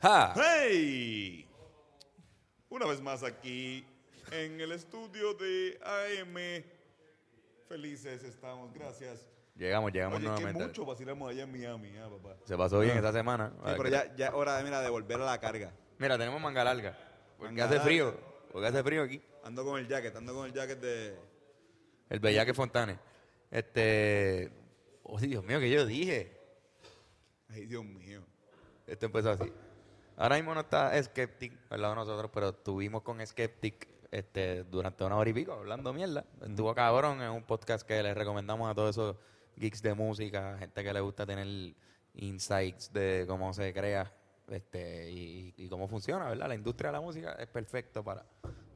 ¡Ja! ¡Hey! Una vez más aquí en el estudio de AM. Felices estamos, gracias. Llegamos, llegamos Oye, que nuevamente. mucho vacilamos allá en Miami, ah, papá. Se pasó bien esta semana. Sí, pero ya, ya es hora de, mira, de volver a la carga. Mira, tenemos manga larga. Porque Manga hace larga. frío. Porque hace frío aquí. Ando con el jacket, ando con el jacket de... El Bellaque Fontane. Este. Oh, sí, Dios mío, que yo dije. Ay, Dios mío. Esto empezó así. Ahora mismo no está Skeptic al lado de nosotros, pero estuvimos con Skeptic este, durante una hora y pico hablando mierda. Estuvo cabrón en un podcast que les recomendamos a todos esos geeks de música, gente que le gusta tener insights de cómo se crea este, y, y cómo funciona, ¿verdad? La industria de la música es perfecto para,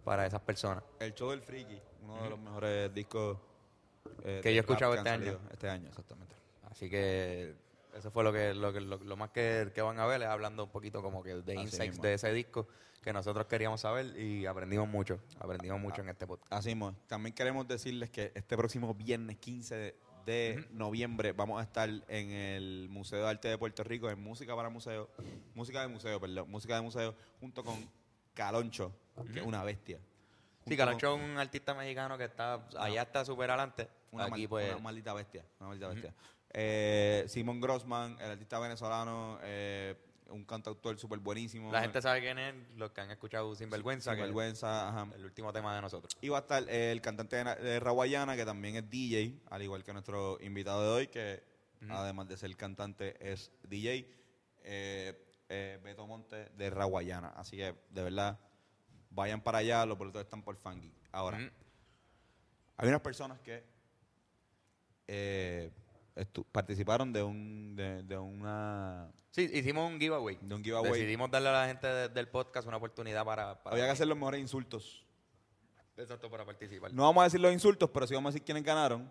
para esas personas. El show del friki, uno de los mejores discos eh, Que de yo he rap escuchado que han este año. salido Este año, exactamente. Así que eso fue lo que lo, que- lo- lo más que, que van a ver es hablando un poquito como que de Así insights mismo. de ese disco que nosotros queríamos saber y aprendimos mucho, aprendimos Ah. mucho en este podcast. Así mismo. También queremos decirles que este próximo viernes 15 de, de noviembre vamos a estar en el Museo de Arte de Puerto Rico, en Música para Museo, Música de Museo, perdón, Música de Museo, junto con Caloncho, que es una bestia. Sí, Junto Caloncho es un artista mexicano que está allá está súper adelante, Una, Ah. aquí mal- pues una maldita bestia. Una maldita bestia. Eh, Simón Grossman, el artista venezolano, eh, un cantautor súper buenísimo. la gente sabe quién es, los que han escuchado Sinvergüenza, que vergüenza. es vergüenza, ajá. el último tema de nosotros. Y va a estar eh, el cantante de, Na- de Rawayana, que también es DJ, al igual que nuestro invitado de hoy, que además de ser cantante es DJ. eh, eh, Beto Monte de Rawayana. Así que, de verdad, vayan para allá, los boletos están por Fangi. Ahora, Ujú. hay unas personas que eh, estu- participaron de un de, de una Sí, hicimos un giveaway. de un giveaway. Decidimos darle a la gente de- del podcast una oportunidad para, para Había que hacer los mejores insultos. exacto para participar. No vamos a decir los insultos, pero sí vamos a decir quiénes ganaron.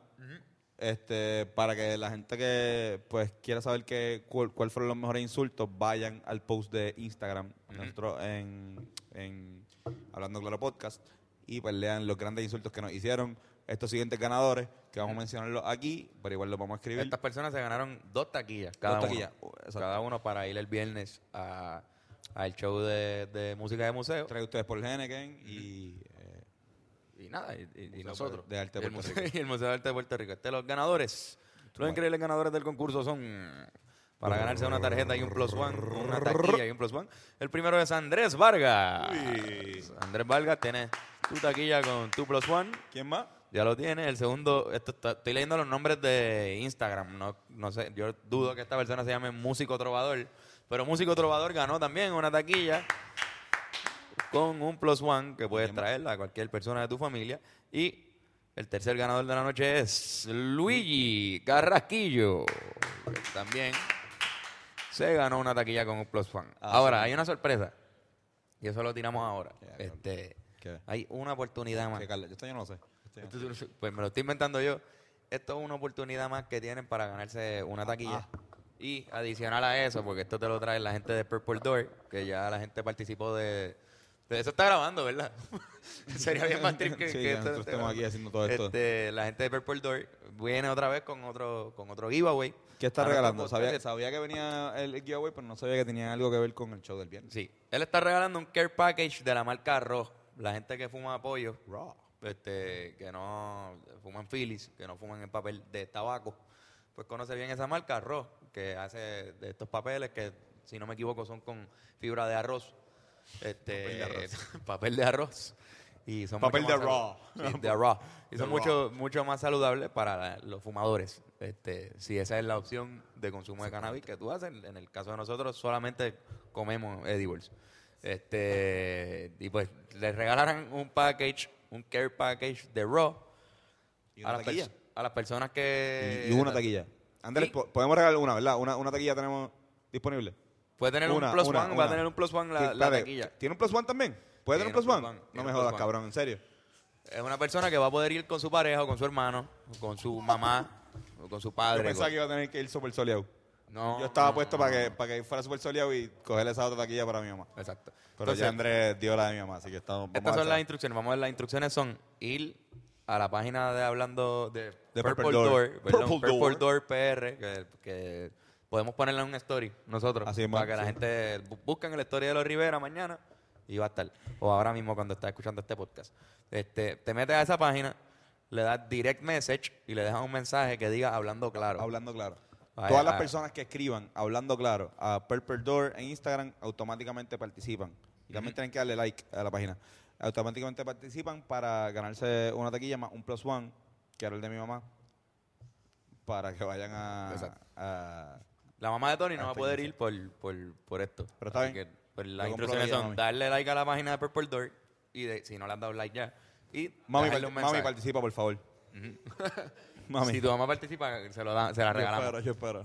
Este, para que la gente que pues quiera saber qué cuál, cuál fueron los mejores insultos, vayan al post de Instagram nuestro en, en Hablando Claro Podcast y pues lean los grandes insultos que nos hicieron estos siguientes ganadores, que vamos a mencionarlos aquí, pero igual los vamos a escribir. Estas personas se ganaron dos taquillas cada taquillas, uno. exacto. Cada uno para ir el viernes a- al show de, de música de museo. Trae ustedes por Henneken y eh, Y nada, y, y- y Museo nosotros. de Arte de Y el Puerto museo, Y el Museo de Arte de Puerto Rico. Este, los ganadores. Los increíbles ganadores del concurso son... Para ganarse una tarjeta y un plus one, una taquilla y un plus one. El primero es Andrés Vargas. Uy. Andrés Vargas tiene tu taquilla con tu plus one. ¿quién más? Ya lo tiene. El segundo, esto está- estoy leyendo los nombres de Instagram. No, no sé, yo dudo que esta persona se llame Músico Trovador. Pero Músico Trovador ganó también una taquilla con un plus one que puedes traerla a cualquier persona de tu familia. Y el tercer ganador de la noche es Luigi Carrasquillo. que También se ganó una taquilla con un plus one. Ah, ahora, hay una sorpresa. Y eso lo tiramos ahora. ¿Qué? Este, ¿Qué? Hay una oportunidad más. Sí, Carlos, esto yo no lo sé. Esto yo no Esto tú sé. no- Pues me lo estoy inventando yo. Esto es una oportunidad más que tienen para ganarse una taquilla. Y adicional a eso, porque esto te lo trae la gente de Purple Door, que ya la gente participó de... de- eso está grabando, ¿verdad? Sería bien más triste que, Sí, que ya nosotros esté estamos grabando. aquí haciendo todo esto. Este, la gente de Purple Door viene otra vez con otro, con otro giveaway. ¿Qué está A nuestro regalando? podcast. Sabía, sabía que venía el giveaway, pero no sabía que tenía algo que ver con el show del viernes. Sí. Él está regalando un care package de la marca Raw. La gente que fuma pollo, Raw. este, que no fuman filis, que no fuman en papel de tabaco, pues conoce bien esa marca, Arroz, que hace de estos papeles que, si no me equivoco, son con fibra de arroz. Este, Papel de arroz. papel de arroz. Y son Papel mucho de más salu- Sí, de arroz. Y son pues, De mucho, mucho más saludables para la- los fumadores. Este, si esa es la opción de consumo de cannabis que tú haces, en el caso de nosotros solamente comemos edibles. Este, y pues les regalarán un package, un care package de raw Y a una las, taquilla. pers- a las personas que y, y una taquilla. Eh, Andrés, Sí. po- podemos regalar una, ¿verdad? Una, una taquilla tenemos disponible. puede tener Una, un plus una, one, va una. a tener un plus one la, Sí, la espérate, taquilla. ¿Tiene un plus one también? ¿Puede tener un plus one? tiene No un me plus jodas, one. cabrón, en serio. Es una persona que va a poder ir con su pareja, o con su hermano, o con su mamá, o con su Yo padre. pensaba con- que iba a tener que ir super soleado. No, Yo estaba no, puesto no, para, que, no. para que fuera super soleado y cogerle esa otra taquilla para mi mamá. Pero Exacto. ya Entonces, Andrés dio la de mi mamá, así que estamos. vamos estas a son las esa. instrucciones. Vamos a ver, las instrucciones son ir a la página de hablando de, Purple, De Purple Door, perdón, Door. Purple Purple Door. Door PR, que, que podemos ponerla en un story nosotros. Así es, para man, que la sí. gente bu- busque en el story de los Rivera mañana y va a estar. O ahora mismo cuando estás escuchando este podcast. Este, te metes a esa página, le das direct message y le dejas un mensaje que diga hablando claro. Hablando claro. Ay, Todas las claro. personas que escriban hablando claro a Purple Door en Instagram automáticamente participan. Y también tienen que darle like a la página. Automáticamente participan para ganarse una taquilla más un plus one, que era el de mi mamá, para que vayan a. Exacto. a- La mamá de Tony no va a Hasta poder quince. ir por, por, por esto. Pero está Así bien. que, pues, las Lo compro instrucciones ya, son mami. darle like a la página de Purple Door y de- si no le has dado like ya. Y Mami, dejarle parti- un mami, mensaje. participa, por favor. mami. Si tu mamá participa, se, lo da- se la yo espero, regalamos. yo espero.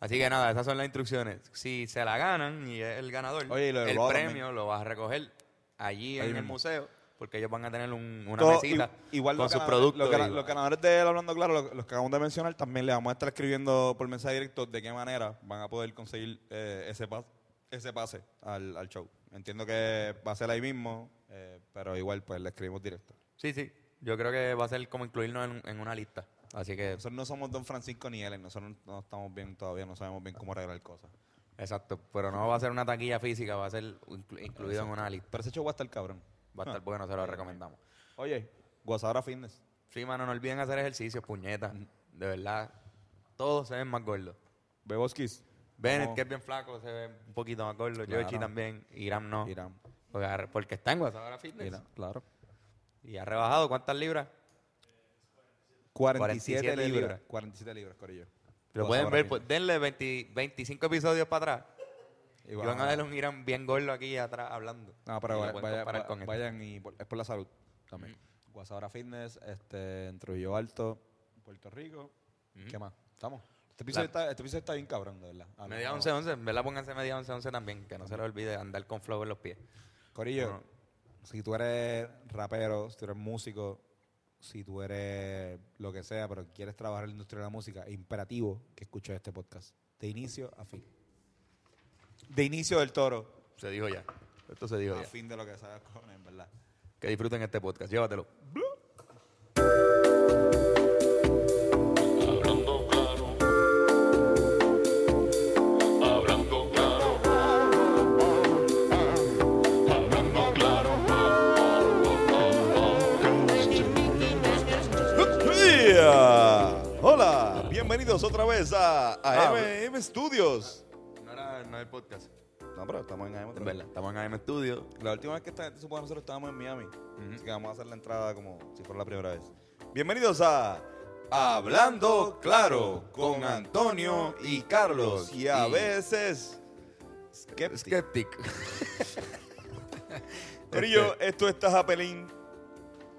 Así que nada, esas son las instrucciones. Si se la ganan y es el ganador, Oye, y lo de el Raw premio también. lo vas a recoger allí Ahí en el mismo. museo, porque ellos van a tener un- una Todo- mesita i- igual con los sus ganadores- productos. Los, gana- y- los ganadores de El Hablando Claro, los, los que acabamos de mencionar, también le vamos a estar escribiendo por mensaje directo de qué manera van a poder conseguir eh, ese, pas- ese pase al, al show. Entiendo que va a ser ahí mismo, eh, pero igual pues le escribimos directo. Sí, sí. Yo creo que va a ser como incluirnos en, en una lista. Así que, Nosotros no somos Don Francisco ni Ellen, nosotros no estamos bien todavía, no sabemos bien cómo arreglar cosas. exacto. Pero no va a ser una taquilla física, va a ser inclu- incluido en una lista. Pero ese show va a estar cabrón. Va Ah. a estar bueno, se lo recomendamos. Oye, Guasabra Fitness. Sí, mano, no olviden hacer ejercicio, puñeta. Mm. De verdad, todos se ven más gordos. Beboskis. Bennett, Vamos. que es bien flaco, se ve un poquito más gordo. Claro. Yoshi también. Iram no. Irán. Porque, ha re- porque está en WhatsApp ahora fitness. Irán, claro. Y ha rebajado cuántas libras. 47, 47 libras. libras. 47 libras, Corillo. Lo pueden Guasabra ver, Fitness. pues, denle 20 25 episodios para atrás. Y Y va- van a ver un Iram bien gordo aquí atrás hablando. No, pero Y lo vaya- pueden vaya- comparar va- con este. esto. vayan y por- es por la salud también. Guasabra Fitness, este, en Trujillo Alto, Puerto Rico. ¿Qué más? ¿Estamos? Este episodio, La- está, este episodio está bien cabrón, de verdad. Ah, Media no. 11, 11. ¿Verdad? Pónganse media 11, 11 también. Que no se les olvide andar con flow en los pies. Corillo, Bueno. si tú eres rapero, si tú eres músico, si tú eres lo que sea, pero quieres trabajar en la industria de la música, es imperativo que escuches este podcast. De inicio a fin. De inicio del toro Se dijo ya. Esto se dijo a ya. fin de lo que sabes, cojones, en verdad. Que disfruten este podcast. Llévatelo. Hablando claro, hablando claro, hablando claro. Yeah. Hola, bienvenidos otra vez a, Ah, a MM Studios. No era no el podcast. No, pero estamos en AM otra En vez. verdad. Estamos en AM Studio. La última vez que esta gente supo de nosotros estábamos en Miami. Así que vamos a hacer la entrada como si fuera la primera vez. Bienvenidos a Hablando Claro, con Antonio y Carlos. Y a Y- veces. Skeptic. Skeptic. Corillo, esto está Japelín.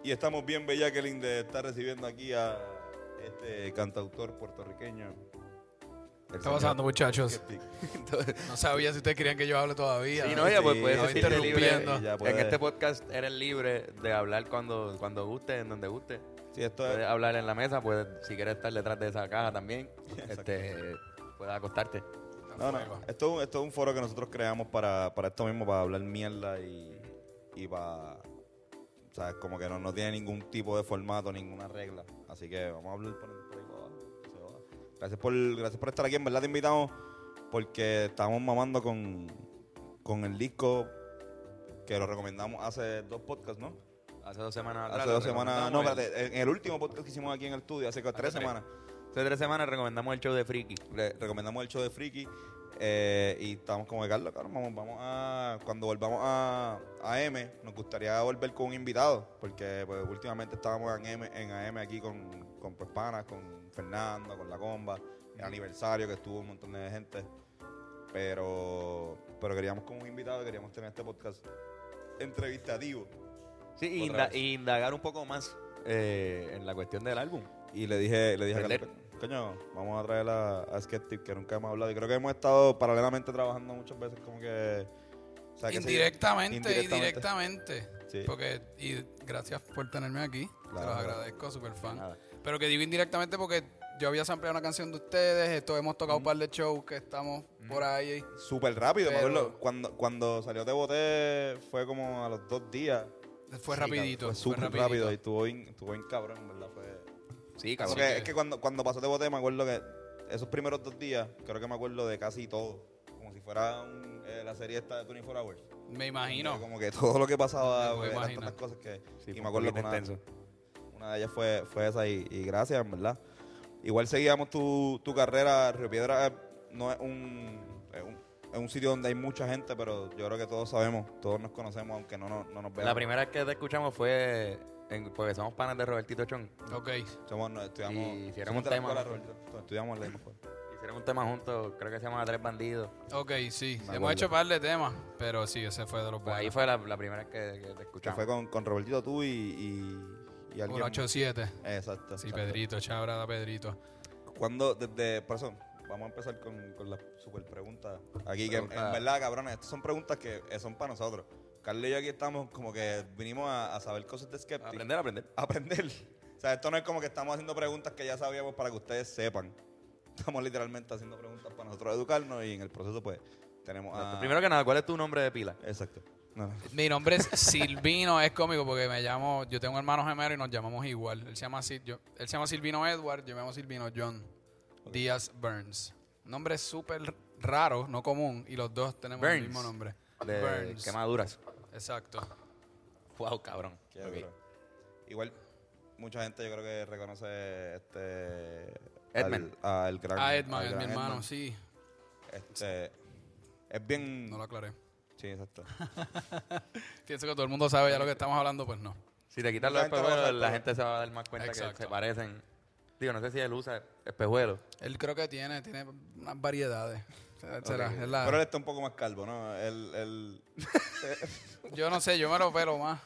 Y estamos bien bellaquelín de estar recibiendo aquí a este cantautor puertorriqueño. El está señor pasando, muchachos? Skeptic. No sabía si ustedes querían que yo hable todavía. Sí, no, ya pues Sí, puedes no, sentirte libre. interrumpiendo. Ya En puedes. este podcast eres libre de hablar cuando, cuando guste, en donde guste. Sí, esto Puedes es. hablar en la mesa, puedes, si quieres estar detrás de esa caja también, este, puedes acostarte. No, no, Esto, es un- esto es un foro que nosotros creamos para, para esto mismo, para hablar mierda y, y para... O sea, como que no, no tiene ningún tipo de formato, ninguna regla. Así que vamos a hablar por, por ahí para abajo, se va. Gracias por, gracias por estar aquí. En verdad te invitamos porque estábamos mamando con, con el disco que lo recomendamos hace dos podcasts, ¿no? Hace dos semanas atrás. Hace Ah, lo dos semanas. No, recomendamos el- espérate. En el último podcast que hicimos aquí en el estudio, hace tres tres. semanas. Hace tres semanas recomendamos el show de Friki. Le recomendamos el show de Friki. eh, y estamos como de Carlos, cabrón, vamos, vamos a. Cuando volvamos a, a M, nos gustaría volver con un invitado. Porque pues, últimamente estábamos en, M, en AM aquí con, con pues, panas, con Fernando, con La Comba. El aniversario que estuvo un montón de gente. Pero, pero queríamos como un invitado, queríamos tener este podcast entrevistativo. Sí, y, Otra inda- y indagar un poco más eh, en la cuestión del álbum. Y le dije, le dije a Prender. Carlos, coño, vamos a traer a, a Skeptic, que nunca hemos hablado. Y creo que hemos estado paralelamente trabajando muchas veces como que... o sea, qué sé yo, Indirectamente y indirectamente. directamente. Sí. Porque, y gracias por tenerme aquí. Te Claro. los agradezco, super fan. Nada. Pero que digo indirectamente porque yo había sampleado una canción de ustedes. Esto hemos tocado un par de shows que estamos por ahí. Súper rápido, me Pero- acuerdo, cuando, cuando salió Te Boté fue como a los dos días. Fue Sí, rapidito. Fue fue súper rapidito. rápido y estuvo bien, estuvo bien cabrón, ¿verdad? Fue... Sí, Como cabrón. que- es que cuando, cuando pasó Te Boté me acuerdo que esos primeros dos días, creo que me acuerdo de casi todo. Como si fuera un- eh, la serie esta de 24 Hours. Me imagino. Como que todo lo que pasaba, pues, Me puedo eran imaginar. tantas cosas que... Sí, fue y me un acuerdo que poquito una, extenso. una de ellas fue, fue esa y, y gracias, en verdad. Igual seguíamos tu, tu carrera. Río Piedra eh, no es un, es un, es un sitio donde hay mucha gente, pero yo creo que todos sabemos, todos nos conocemos, aunque no, no, no nos veamos. La primera vez que te escuchamos fue en- porque somos panas de Robertito Chon. Ok. Somos, no, estudiamos, Y hicieron un somos de la tema, escuela, ¿no? Roberto. Todos Estudiamos en la misma escuela. Hicieron un tema juntos, creo que se llama Tres Bandidos. Ok, sí. acuerdo. Hemos hecho par de temas, pero sí, ese fue de los Pues ahí buenos. fue la, la primera vez que, que te Que escuchamos. fue con, con Robertito tú y, y, y Un alguien. 8-7. Exacto. Sí, exacto. Pedrito, chabrada Pedrito. Cuando, desde, por eso, vamos a empezar con, con la super pregunta. Aquí, que en- en Pregunta. verdad, cabrones, estas son preguntas que eh, son para nosotros. Carlos y yo aquí estamos como que vinimos a, a saber cosas de Skeptic. Aprender, aprender. A aprender. O sea, esto no es como que estamos haciendo preguntas que ya sabíamos para que ustedes sepan. Estamos literalmente haciendo preguntas para nosotros educarnos y en el proceso, pues, tenemos a... Primero que nada, ¿cuál es tu nombre de pila? Exacto. No, no. Mi nombre es Silvino, es cómico porque me llamo, yo tengo un hermano gemelo y nos llamamos igual. Él se llama, Sil- yo- él se llama Silvino Edward, yo me llamo Silvino John Díaz Burns. Nombre súper raro, no común, y los dos tenemos el Burns. mismo nombre. De Burns. quemaduras. Exacto. Wow, cabrón. Qué Ok. duro. Igual, mucha gente yo creo que reconoce este... Edman. al- al gran- Ah, Edman, al es mi gran hermano, Edman. sí. Este, es bien... No lo aclaré. Sí, exacto. Pienso que todo el mundo sabe ya lo que estamos hablando, pues no. Si te quitas los Mucha gente lo va a espejuelos, saber, la pero- gente se va a dar más cuenta Exacto. que se parecen. Digo, no sé si él usa espejuelos. Él creo que tiene, tiene unas variedades. Será- será, es la- Pero él está un poco más calvo, ¿no? Él, él- yo no sé, yo me lo pelo más.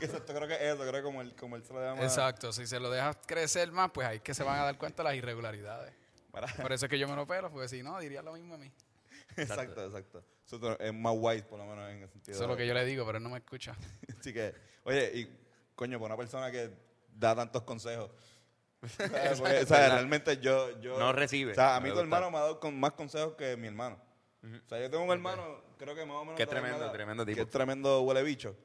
Exacto, creo que es eso, creo que como él, como él se lo llama... Exacto, si se lo dejas crecer más, pues ahí es que se van a dar cuenta las irregularidades. Para- Por eso es que yo me lo pelo, porque si no, diría lo mismo a mí. Exacto, exacto. Eso to- es más white, por lo menos, en el sentido. Eso es lo que yo le digo, pero él no me escucha. Así que, oye, y coño, para una persona que da tantos consejos. ¿sabes? Porque, o sea, realmente yo, yo. No recibe. O sea, a Me mí tu gusta. hermano me ha dado con más consejos que mi hermano. O sea, yo tengo un hermano, creo que más o menos. Que es de la misma tremendo, edad, tremendo Que tipo. es tremendo huele bicho.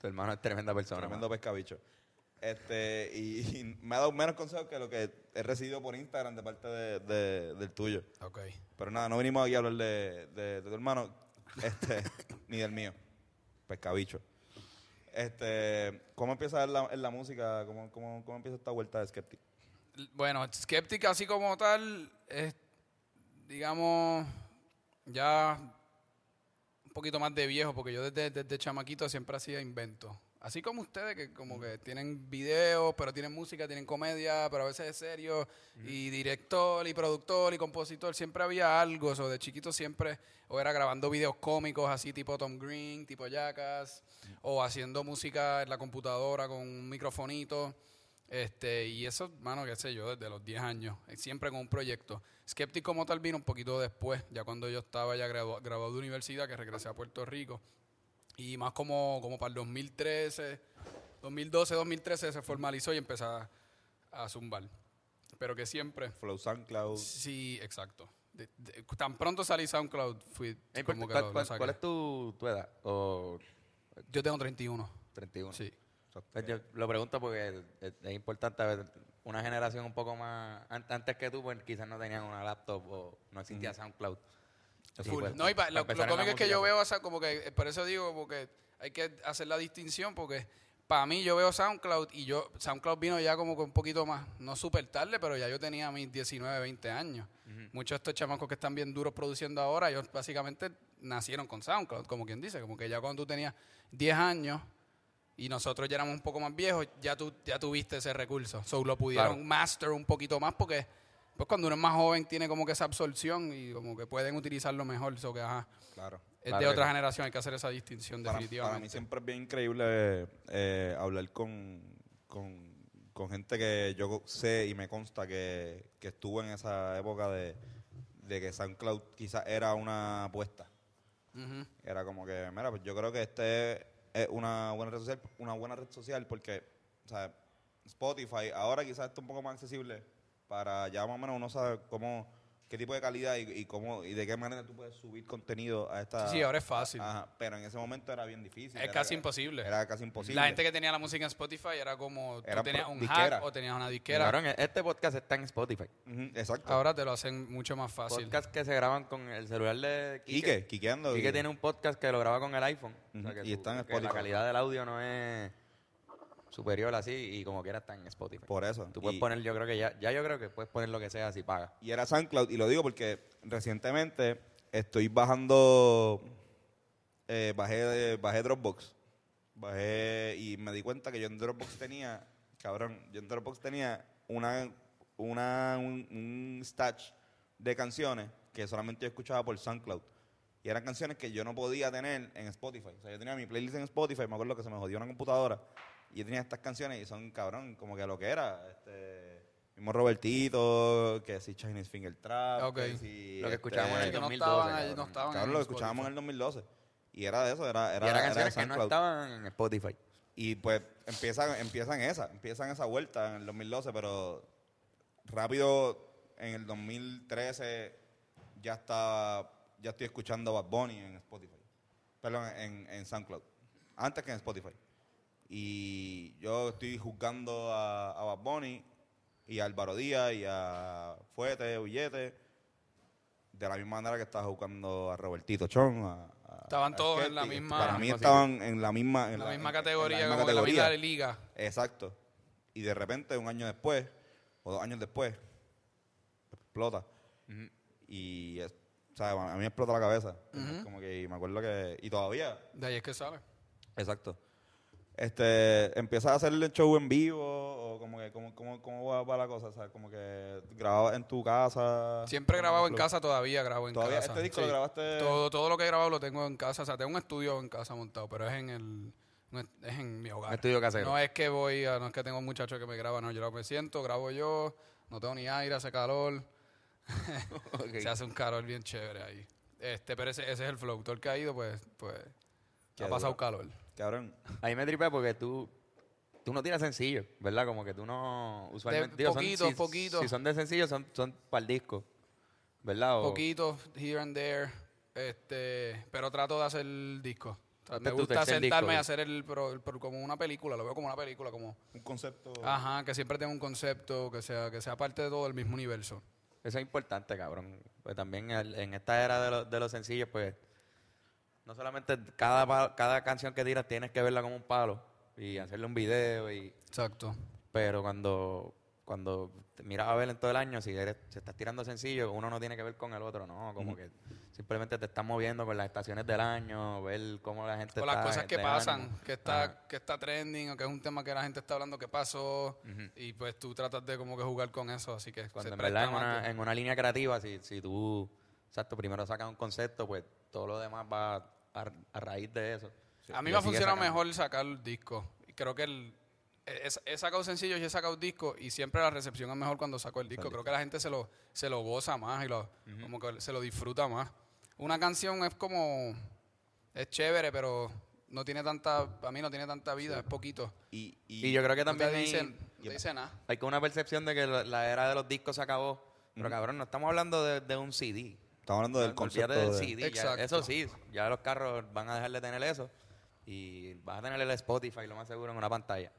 Tu hermano es tremenda persona. Tremendo mano. pescabicho. Este, y, y me ha dado menos consejos que lo que he recibido por Instagram de parte de- de- del tuyo. Ok. Pero nada, no venimos aquí a hablar de, de- de tu hermano, este, ni del mío. Pescabicho. Este, ¿cómo empieza en la, en la música? ¿Cómo, cómo, cómo empieza esta vuelta de Skeptic? Bueno, Skeptic así como tal, es, digamos, ya un poquito más de viejo, porque yo desde, desde chamaquito siempre hacía inventos. Así como ustedes, que como que tienen videos, pero tienen música, tienen comedia, pero a veces es serio, y director, y productor, y compositor, siempre había algo, o sea, de chiquito siempre, o era grabando videos cómicos, así tipo Tom Green, tipo Jackass, o haciendo música en la computadora con un microfonito, este, y eso, mano, qué sé yo, desde los 10 años, eh, siempre con un proyecto. Skeptic como tal vino un poquito después, ya cuando yo estaba ya graduado, graduado de universidad, que regresé a Puerto Rico. Y más como, como para el 2013, 2012, 2013 se formalizó y empecé a, a zumbar. Pero que siempre. Flow SoundCloud. Sí, exacto. De- de- tan pronto salí SoundCloud, fui No importa, como Eh, que ¿Cuál, lo- lo cuál- saqué. cuál es tu, tu edad? O Yo tengo 31. 31. Sí. Pues yo lo pregunto porque es, es importante. a ver, una generación un poco más. an- Antes que tú, pues quizás no tenían una laptop o no existía SoundCloud. Y Full. pues, no, y pa- para lo, lo empezar en la cómico es que yo música, pues. veo, o sea, como que, eh, por eso digo, como que hay que hacer la distinción, porque para mí yo veo SoundCloud y yo, SoundCloud vino ya como que un poquito más, no súper tarde, pero ya yo tenía mis 19, 20 años. Muchos de estos chamacos que están bien duros produciendo ahora, ellos básicamente nacieron con SoundCloud, como quien dice, como que ya cuando tú tenías 10 años y nosotros ya éramos un poco más viejos, ya tú ya tuviste ese recurso. So, lo pudieron Claro. master un poquito más porque pues cuando uno es más joven tiene como que esa absorción y como que pueden utilizarlo mejor. So, que, ajá, Claro. es Claro de que otra sí. generación, hay que hacer esa distinción Para, para mí definitivamente. siempre es bien increíble eh, hablar con, con, con gente que yo sé y me consta que, que estuvo en esa época de, de que SoundCloud quizás era una apuesta. Ujú. Era como que, mira, pues yo creo que este es una buena red social, una buena red social porque, o sea, Spotify ahora quizás está un poco más accesible para ya más o menos uno sabe cómo, qué tipo de calidad y, y cómo y de qué manera tú puedes subir contenido a esta. Sí, sí, ahora es fácil. Ah, Ajá, pero en ese momento era bien difícil. Es era- casi imposible. Era casi imposible. La gente que tenía la música en Spotify era como Era tú tenías pro- un disquera. hack o tenías una disquera. Cabrón, este podcast está en Spotify. Ujú, exacto. Ahora te lo hacen mucho más fácil. Podcast que se graban con el celular de Quique, Quique. Quiqueando. Quique tiene un podcast que lo graba con el iPhone. Ujú, que y está en que La Spotify. calidad del audio no es superior así y como quiera está en Spotify. Por eso. Tú puedes Y- poner, yo creo que ya, ya yo creo que puedes poner lo que sea si pagas. Y era SoundCloud, y lo digo porque recientemente estoy bajando, eh, bajé, de- bajé Dropbox, bajé y me di cuenta que yo en Dropbox tenía, cabrón, yo en Dropbox tenía una, una, un, un stash de canciones que solamente yo escuchaba por SoundCloud. Y eran canciones que yo no podía tener en Spotify. O sea, yo tenía mi playlist en Spotify, me acuerdo que se me jodió una computadora. Y yo tenía estas canciones y son, cabrón, como que lo que era. Este, mismo Robertito, que si Chinese Finger Trap, Ok. que si... Lo que este, escuchábamos en el que no 2012, estaban ahí, cabrón. no estaban Cabrón, en lo que Spotify. escuchábamos en el 2012. Y era de eso, era, era, y era eran de canciones que no SoundCloud. estaban en Spotify. Y pues empiezan, empiezan esa, empiezan esa vuelta en el 2012, pero rápido en el 2013 ya está, ya estoy escuchando Bad Bunny en Spotify. Perdón, en, en SoundCloud. Antes que en Spotify. Y yo estoy juzgando a, a Bad Bunny y a Álvaro Díaz y a Fuete, Billete, de la misma manera que estaba jugando a Robertito Chon. a- a- Estaban a todos en Skeptic. la misma- Para mí Mismo estaban en la misma, en la, la- misma en- en categoría, misma como que categoría. la misma liga. Exacto. Y de repente, un año después, o dos años después, explota. Y, es- ¿sabes? A mí me explota la cabeza. Es Como que y me acuerdo que. Y todavía. De ahí es que sale. Exacto. Este, empiezas a hacer el show en vivo, o como que, como, como, ¿cómo va, va la cosa? ¿sabes? Como que grababas en tu casa. Siempre Como grabado en Ah, flow. casa, todavía grabo en ¿Todavía casa. este disco lo grabaste? Todo, todo lo que he grabado lo tengo en casa. O sea, tengo un estudio en casa montado, pero es en el no es es en mi hogar. Un estudio casero. No es que voy a, no es que tengo un muchacho que me graba, no, yo lo me siento, grabo yo, no tengo ni aire, hace calor. Se hace un calor bien chévere ahí. Este, pero ese, ese es el flow. Todo el que ha ido, pues, pues Qué ha pasado duro. calor. Cabrón. A mí me tripea porque tú, tú no tiras sencillo, ¿verdad? Como que tú no. Usualmente. De digo, son- poquito, si, poquito. Si son de sencillo, son, son para el disco, ¿verdad? O- Poquito, here and there. Este, pero trato de hacer el disco. O sea, Este Me es tu gusta tercer sentarme disco, y ¿eh? hacer el, pro- el pro- como una película, lo veo como una película, como Un concepto. Oh. Ajá, que siempre tenga un concepto, que sea, que sea parte de todo el mismo universo. Eso es importante, cabrón. Pues también el- en esta era de, lo- de los sencillos, pues. No solamente cada, pa- cada canción que tiras tienes que verla como un palo y hacerle un video y. Exacto. Pero cuando, cuando te miras a ver en todo el año, si eres, si estás tirando sencillo, uno no tiene que ver con el otro, ¿no? Como que simplemente te estás moviendo con las estaciones del año, ver cómo la gente O las está cosas que de pasan, ánimo. que está, Ajá. que está trending, o que es un tema que la gente está hablando que pasó, y pues tú tratas de como que jugar con eso, así que Cuando se en verdad en presta más una, que- en una línea creativa, si, si tú, exacto, primero sacas un concepto, pues todo lo demás va a, a raíz de eso. A mí Y me lo ha sigues funcionado sacando. mejor sacar disco. Y Creo que el, he, he sacado sencillos y he sacado disco y siempre la recepción es mejor cuando saco el disco. Creo que la gente se lo, se lo goza más y lo, como que se lo disfruta más. Una canción es como, es chévere, pero no tiene tanta, para mí no tiene tanta vida, es poquito. Y, y, Y yo creo que No te también hay- dicen, no te dicen nada. hay como una percepción de que la, la era de los discos se acabó. Pero cabrón, no estamos hablando de, de un CD. estamos hablando del Olvídate concepto. del de- CD. ya- Exacto. eso sí, ya los carros van a dejar de tener eso. Y vas a tener el Spotify, lo más seguro, en una pantalla.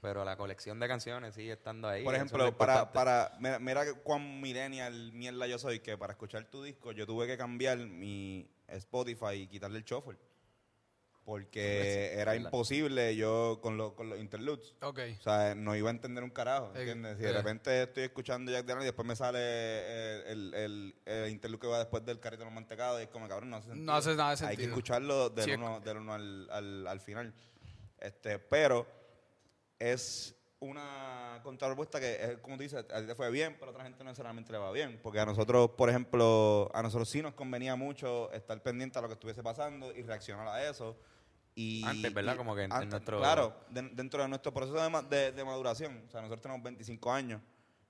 Pero la colección de canciones sigue estando ahí. Por eso es lo ejemplo, para, importante. para mira, mira que cuán millennial mierda yo soy, que para escuchar tu disco yo tuve que cambiar mi Spotify y quitarle el shuffle. Porque era verdad. imposible yo con, lo- con los interludes. Ok. O sea, no iba a entender un carajo, Eh, ¿entiendes? Si de eh. repente estoy escuchando Jack Daniel y después me sale eh, el, el, el interlude que va después del carrito de los mantecados y es como, cabrón, no hace sentido. No hace nada de Hay que sentido. escucharlo del Sí, es- uno, del uno al, al, al final. Este, pero es una contrapropuesta que, es, como tú dices, a ti te fue bien, pero a otra gente no necesariamente le va bien. Porque a nosotros, por ejemplo, a nosotros sí nos convenía mucho estar pendiente a lo que estuviese pasando y reaccionar a eso. Y, Antes, ¿verdad? y Como que en- en nuestro- Claro, de- dentro de nuestro proceso de, ma- de- de maduración. O sea, nosotros tenemos 25 años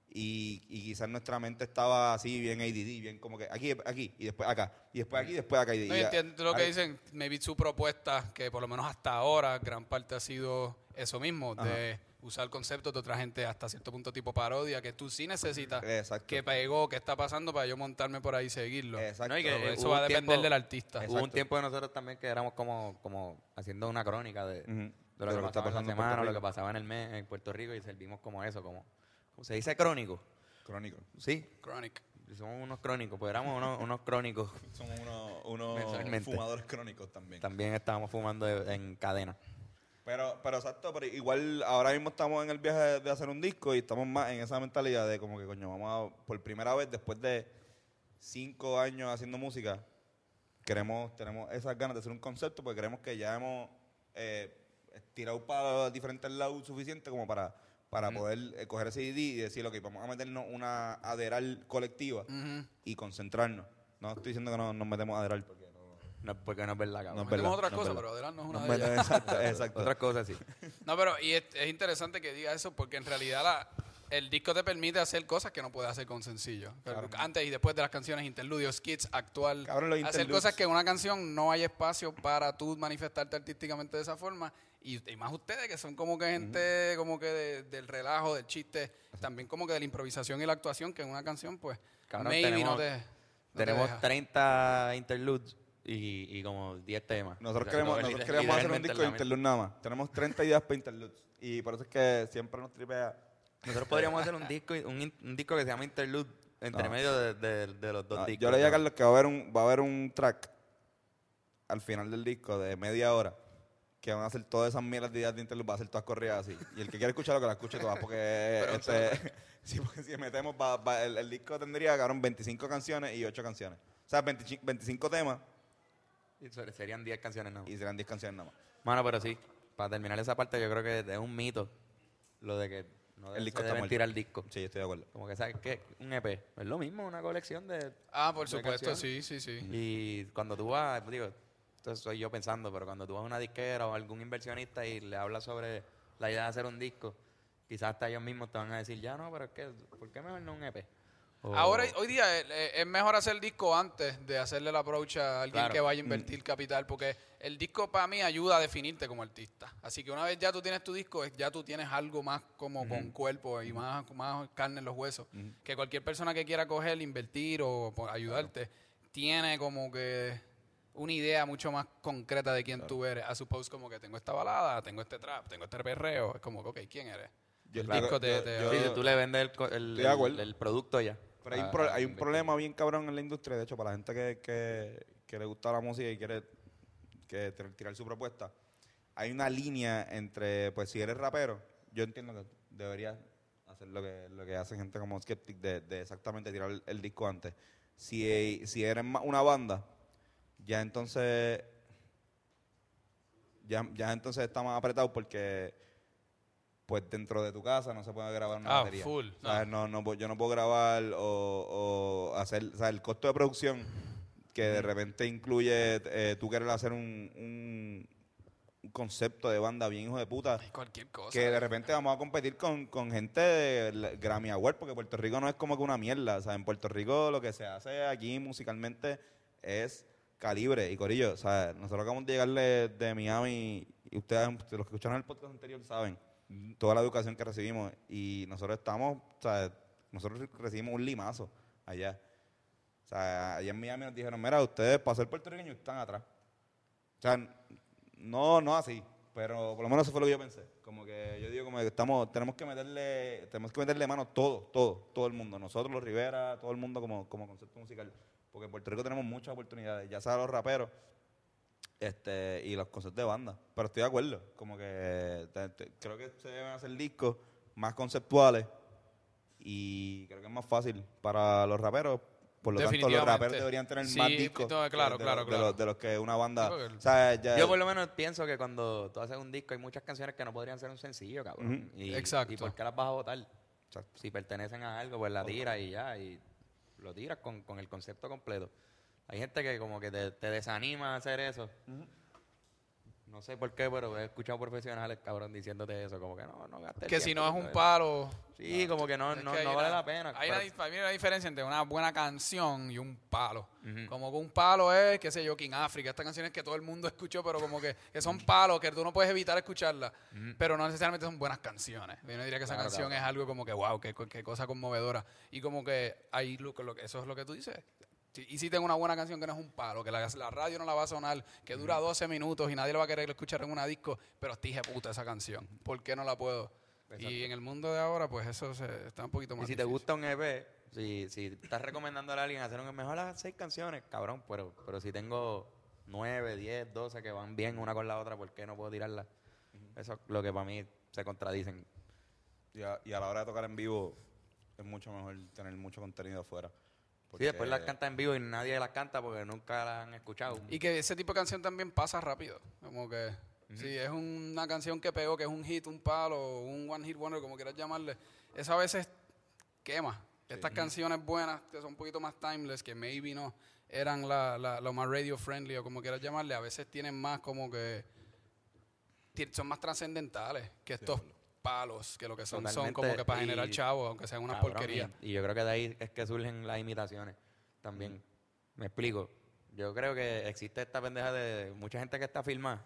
y, y quizás nuestra mente estaba así, bien ADD, bien como que aquí, aquí, y después acá, y después aquí, y después acá. y- No, y- yo entiendo lo que ahí- dicen. Maybe su propuesta, que por lo menos hasta ahora, gran parte ha sido eso mismo, de usar conceptos de otra gente hasta cierto punto tipo parodia, que tú sí necesitas Exacto. que pegó, que está pasando para yo montarme por ahí y seguirlo. Exacto. No, y que Pero Eso hubo va a un depender tiempo- del artista. Hubo un tiempo de nosotros también que éramos como, como haciendo una crónica de, de lo que, Mm, lo que está pasaba en pasando la en semana, Puerto lo Rico. que pasaba en el mes en Puerto Rico y servimos como eso, como, como se dice crónico. Crónico. Sí, Chronic. somos unos crónicos, pues éramos unos, unos crónicos. Son unos, unos Mensualmente. fumadores crónicos también. También estábamos fumando de- en cadena. Pero, pero exacto, pero igual ahora mismo estamos en el viaje de, de hacer un disco y estamos más en esa mentalidad de como que coño, vamos a, por primera vez después de cinco años haciendo música, queremos, tenemos esas ganas de hacer un concepto porque queremos que ya hemos eh, tirado para diferentes lados suficiente como para, para poder eh, coger ese ID y decir, ok, vamos a meternos una aderal colectiva y concentrarnos. No estoy diciendo que no nos metemos a aderal porque no, No, porque no es verdad, cabrón. No es Tenemos verdad, otras no es cosas, verdad. pero Adelante no es una nos de ellas. metemos- exacto, exacto. Otras cosas sí. No, pero y es, es interesante que diga eso porque en realidad la- el disco te permite hacer cosas que no puedes hacer con sencillo. Pero Antes y después de las canciones, interludios, skits, actual. Cabrón, los hacer interludes. cosas que en una canción no hay espacio para tú manifestarte artísticamente de esa forma. Y, y más ustedes que son como que gente como que de- del relajo, del chiste, también como que de la improvisación y la actuación, que en una canción pues Cabrón, maybe tenemos- no te... no te Tenemos deja. 30 interludes y, y como 10 temas. Nosotros O sea, queremos, todo es nosotros liter- queremos hacer un literalmente disco de la misma. interlude nada más. Tenemos 30 ideas para interludes. Y por eso es que siempre nos tripea. Nosotros podríamos hacer un disco, un, in- un disco que se llama Interlude entre No. medio de, de- de los dos Ah, discos. yo le dije a ¿no? Carlos que va a haber un, va a haber un track al final del disco de media hora que van a hacer todas esas mierdas de ideas de interlude, va a ser todas corridas así. Y el que quiera escucharlo, que la escuche todas, porque, este, sí, porque si metemos, va- va- el, el disco tendría, cabrón, 25 canciones y 8 canciones. O sea, 25, 25 temas Y sobre- Serían 10 canciones nada más. y serán 10 canciones nada más. Mano, pero sí, para terminar esa parte, yo creo que es un mito lo de que no El el disco disco está deben muerto. tirar el disco. Sí, yo estoy de acuerdo. Como que sabes que un EP es lo mismo, una colección de. Ah, por de supuesto, canciones. sí, sí, sí. Y cuando tú vas, digo, esto soy yo pensando, pero cuando tú vas a una disquera o algún inversionista y le hablas sobre la idea de hacer un disco, quizás hasta ellos mismos te van a decir, ya no, pero es que, ¿por qué mejor no un E EP? O- Ahora, hoy día, el- eh, es mejor hacer el disco antes de hacerle el approach a alguien Claro. que vaya a invertir capital, porque el disco para mí ayuda a definirte como artista. Así que una vez ya tú tienes tu disco, es- ya tú tienes algo más como con cuerpo y más, más carne en los huesos, que cualquier persona que quiera coger, invertir o por ayudarte, tiene como que una idea mucho más concreta de quién tú eres. A suppose como que tengo esta balada, tengo este trap, tengo este perreo. Es como que, ok, ¿quién eres? Yo- el claro, disco te- yo- te- yo- Sí, tú le vendes el, co- el- Estoy de acuerdo. el- el producto ya. Pero hay un, Ah, pro- hay un invertir. problema bien cabrón en la industria. De hecho, para la gente que, que, que le gusta la música y quiere que tir- tirar su propuesta, hay una línea entre, pues si eres rapero, yo entiendo que deberías hacer lo que, lo que hace gente como Skeptic de, de exactamente tirar el, el disco antes. Si, si eres ma- una banda, ya entonces ya, ya entonces está más apretado porque pues dentro de tu casa no se puede grabar una Ah, batería. full, no. ¿Sabes? No, no, po- yo no puedo grabar o, o hacer, o sea, el costo de producción que de repente incluye eh, tú querer hacer un, un- un concepto de banda bien hijo de puta. Cualquier cosa. Que de repente vamos a competir con, con gente de la- Grammy Award, porque Puerto Rico no es como que una mierda. O sea, en Puerto Rico lo que se hace aquí musicalmente es calibre y corillo. O sea, nosotros acabamos de llegarle de Miami y ustedes, los que escucharon el podcast anterior saben toda la educación que recibimos y nosotros estamos, o sea, nosotros recibimos un limazo allá. O sea, allá en Miami nos dijeron, mira, ustedes para ser puertorriqueños están atrás. O sea, n- no, no así, pero por lo menos eso fue lo que yo pensé. Como que yo digo, como que estamos, tenemos que meterle, tenemos que meterle mano todo, todo, todo el mundo. Nosotros, los Rivera, todo el mundo como, como concepto musical. Porque en Puerto Rico tenemos muchas oportunidades, ya sea los raperos este y los conceptos de banda. Pero estoy de acuerdo, como que te- te- creo que se deben hacer discos más conceptuales y creo que es más fácil para los raperos. Por lo tanto, los Definitivamente. raperos deberían tener Sí, más discos no, claro, de- de los- claro, de claro. los- de los que una banda. Sí, porque- o sea, ya- Yo por lo menos pienso que cuando tú haces un disco hay muchas canciones que no podrían ser un sencillo, cabrón. y, Exacto. ¿Y por qué las vas a votar? Exacto. Si pertenecen a algo, pues la tiras y ya, y lo tiras con, con el concepto completo. Hay gente que como que te, te desanima a hacer eso. No sé por qué, pero he escuchado profesionales, cabrón, diciéndote eso. Como que no, no gastes el Que si tiempo, no es un brother. palo. Sí, como que no, Es no, que hay no vale una- la pena. pues. Hay una, pero- di- para mí hay una diferencia entre una buena canción y un palo. Ujú. Como que un palo es, qué sé yo, King Africa. Estas canciones que todo el mundo escuchó, pero como que, que son palos que tú no puedes evitar escucharlas. Pero no necesariamente son buenas canciones. Yo no diría que esa Claro, canción claro. es algo como que, wow, qué, co- qué cosa conmovedora. Y como que ahí lo, que- lo que- eso es lo que tú dices. Sí, Y si tengo una buena canción que no es un palo, que la, la radio no la va a sonar, que dura 12 minutos y nadie lo va a querer escuchar en una disco, pero está hija de puta esa canción. ¿Por qué no la puedo? Y en el mundo de ahora, pues eso se- está un poquito más Y si te difícil. gusta un EP, si, si estás recomendando a alguien hacer un E mejor las seis canciones, cabrón, pero, pero si tengo nueve, diez, doce que van bien una con la otra, ¿por qué no puedo tirarlas? Eso es lo que para mí se contradicen. Y a, y a la hora de tocar en vivo es mucho mejor tener mucho contenido afuera. Sí, después las porque- canta en vivo y nadie las canta porque nunca las han escuchado. Y que ese tipo de canción también pasa rápido. Como que si es una canción que pegó, que es un hit, un palo, un one hit wonder, como quieras llamarle, eso a veces quema. Estas canciones buenas, que son un poquito más timeless, que maybe no eran la, la- lo más radio friendly o como quieras llamarle, a veces tienen más como que ti- son más trascendentales que estos palos, que lo que son son como Totalmente, que para y- generar chavo, aunque sean una Cabrón, porquería. Y, y yo creo que de ahí es que surgen las imitaciones también. Mm. Me explico. Yo creo que existe esta pendeja de mucha gente que está filmada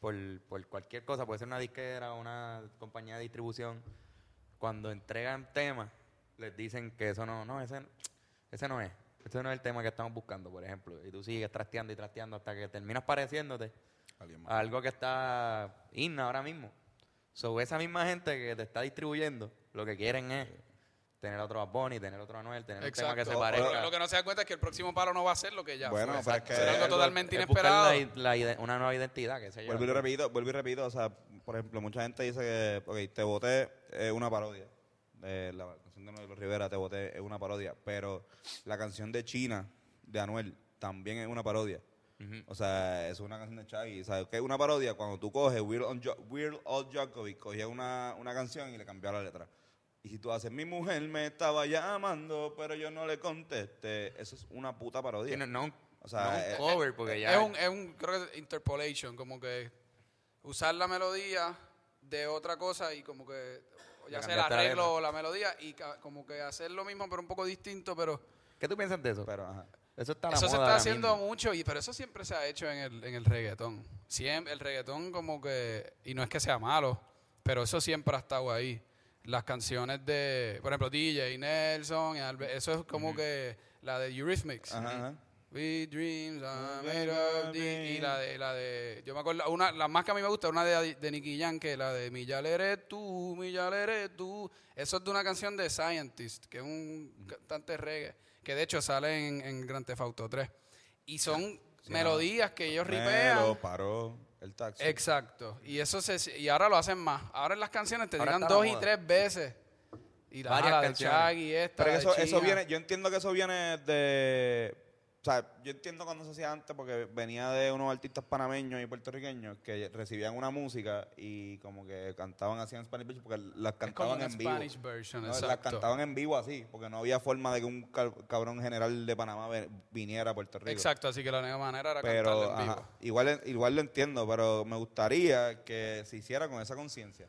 por, por cualquier cosa, puede ser una disquera, una compañía de distribución. Cuando entregan temas, les dicen que eso no, no, ese, ese no es. Ese no es el tema que estamos buscando, por ejemplo. Y tú sigues trasteando y trasteando hasta que terminas pareciéndote Alguien más. a algo que está inna ahora mismo. So, esa misma gente que te está distribuyendo, lo que quieren es tener otro Bad Bunny, tener otro Anuel, tener un tema que se O- o- parezca. Lo que no se da cuenta es que el próximo paro no va a ser lo que ya Bueno, fue. pero es que- Será algo es lo- totalmente Es buscar inesperado. la i- la ide- una nueva identidad, que se yo. Vuelvo y lo repito, vuelvo y repito, o sea, por ejemplo, mucha gente dice que, ok, te voté es una parodia. Eh, la canción de Noel Rivera, te voté es una parodia, pero la canción de China, de Anuel, también es una parodia. O sea, es una canción de Chaggy. ¿Sabes qué es una parodia? Cuando tú coges Will on Jo- Will Old Djokovic, cogía una, una canción y le cambiaba la letra. Y si tú haces, mi mujer me estaba llamando, pero yo no le contesté, eso es una puta parodia. Sí, no, no un- O sea, no un eh, cover, porque ya. Es un, es un, creo que es interpolation, como que usar la melodía de otra cosa y como que, ya Le sea cambiaste la el letra. arreglo o la melodía, y ca- como que hacer lo mismo pero un poco distinto, pero ¿Qué tú piensas de eso? Pero, ajá. eso está a la eso se moda está ahora haciendo mismo. mucho, y pero eso siempre se ha hecho en el, en el reggaetón. Siempre, el reggaetón como que, y no es que sea malo, pero eso siempre ha estado ahí. Las canciones de, por ejemplo, DJ Nelson, y Albe- eso es como que la de Eurythmics. Ajá, ajá. We dreams are made of this. Y la de, la de, yo me acuerdo, una, la más que a mí me gusta, una de, de Nicky Jam, que es la de Millal eres tú, Millal eres tú. Eso es de una canción de Scientist, que es un cantante reggae, que de hecho sale en, en Grand Theft Auto 3. Y son melodías que ellos Melo, ripean. paró el taxi. Exacto. Y eso se, y ahora lo hacen más. Ahora en las canciones te Ahora digan está la dos y moda. tres veces. Y la, ah, Varias la de canciones. Chaggy, esta. Pero que la de eso, eso China. viene, yo entiendo que eso viene de. O sea, yo entiendo cuando se hacía antes porque venía de unos artistas panameños y puertorriqueños que recibían una música y como que cantaban así en Spanish Beach porque las Es como cantaban una en vivo. Spanish version, No, las exacto. cantaban en vivo así, porque no había forma de que un ca- cabrón general de Panamá ven- viniera a Puerto Rico. Exacto, así que la única manera era Pero cantarla en vivo. ajá, igual, igual lo entiendo, pero me gustaría que se hiciera con esa conciencia.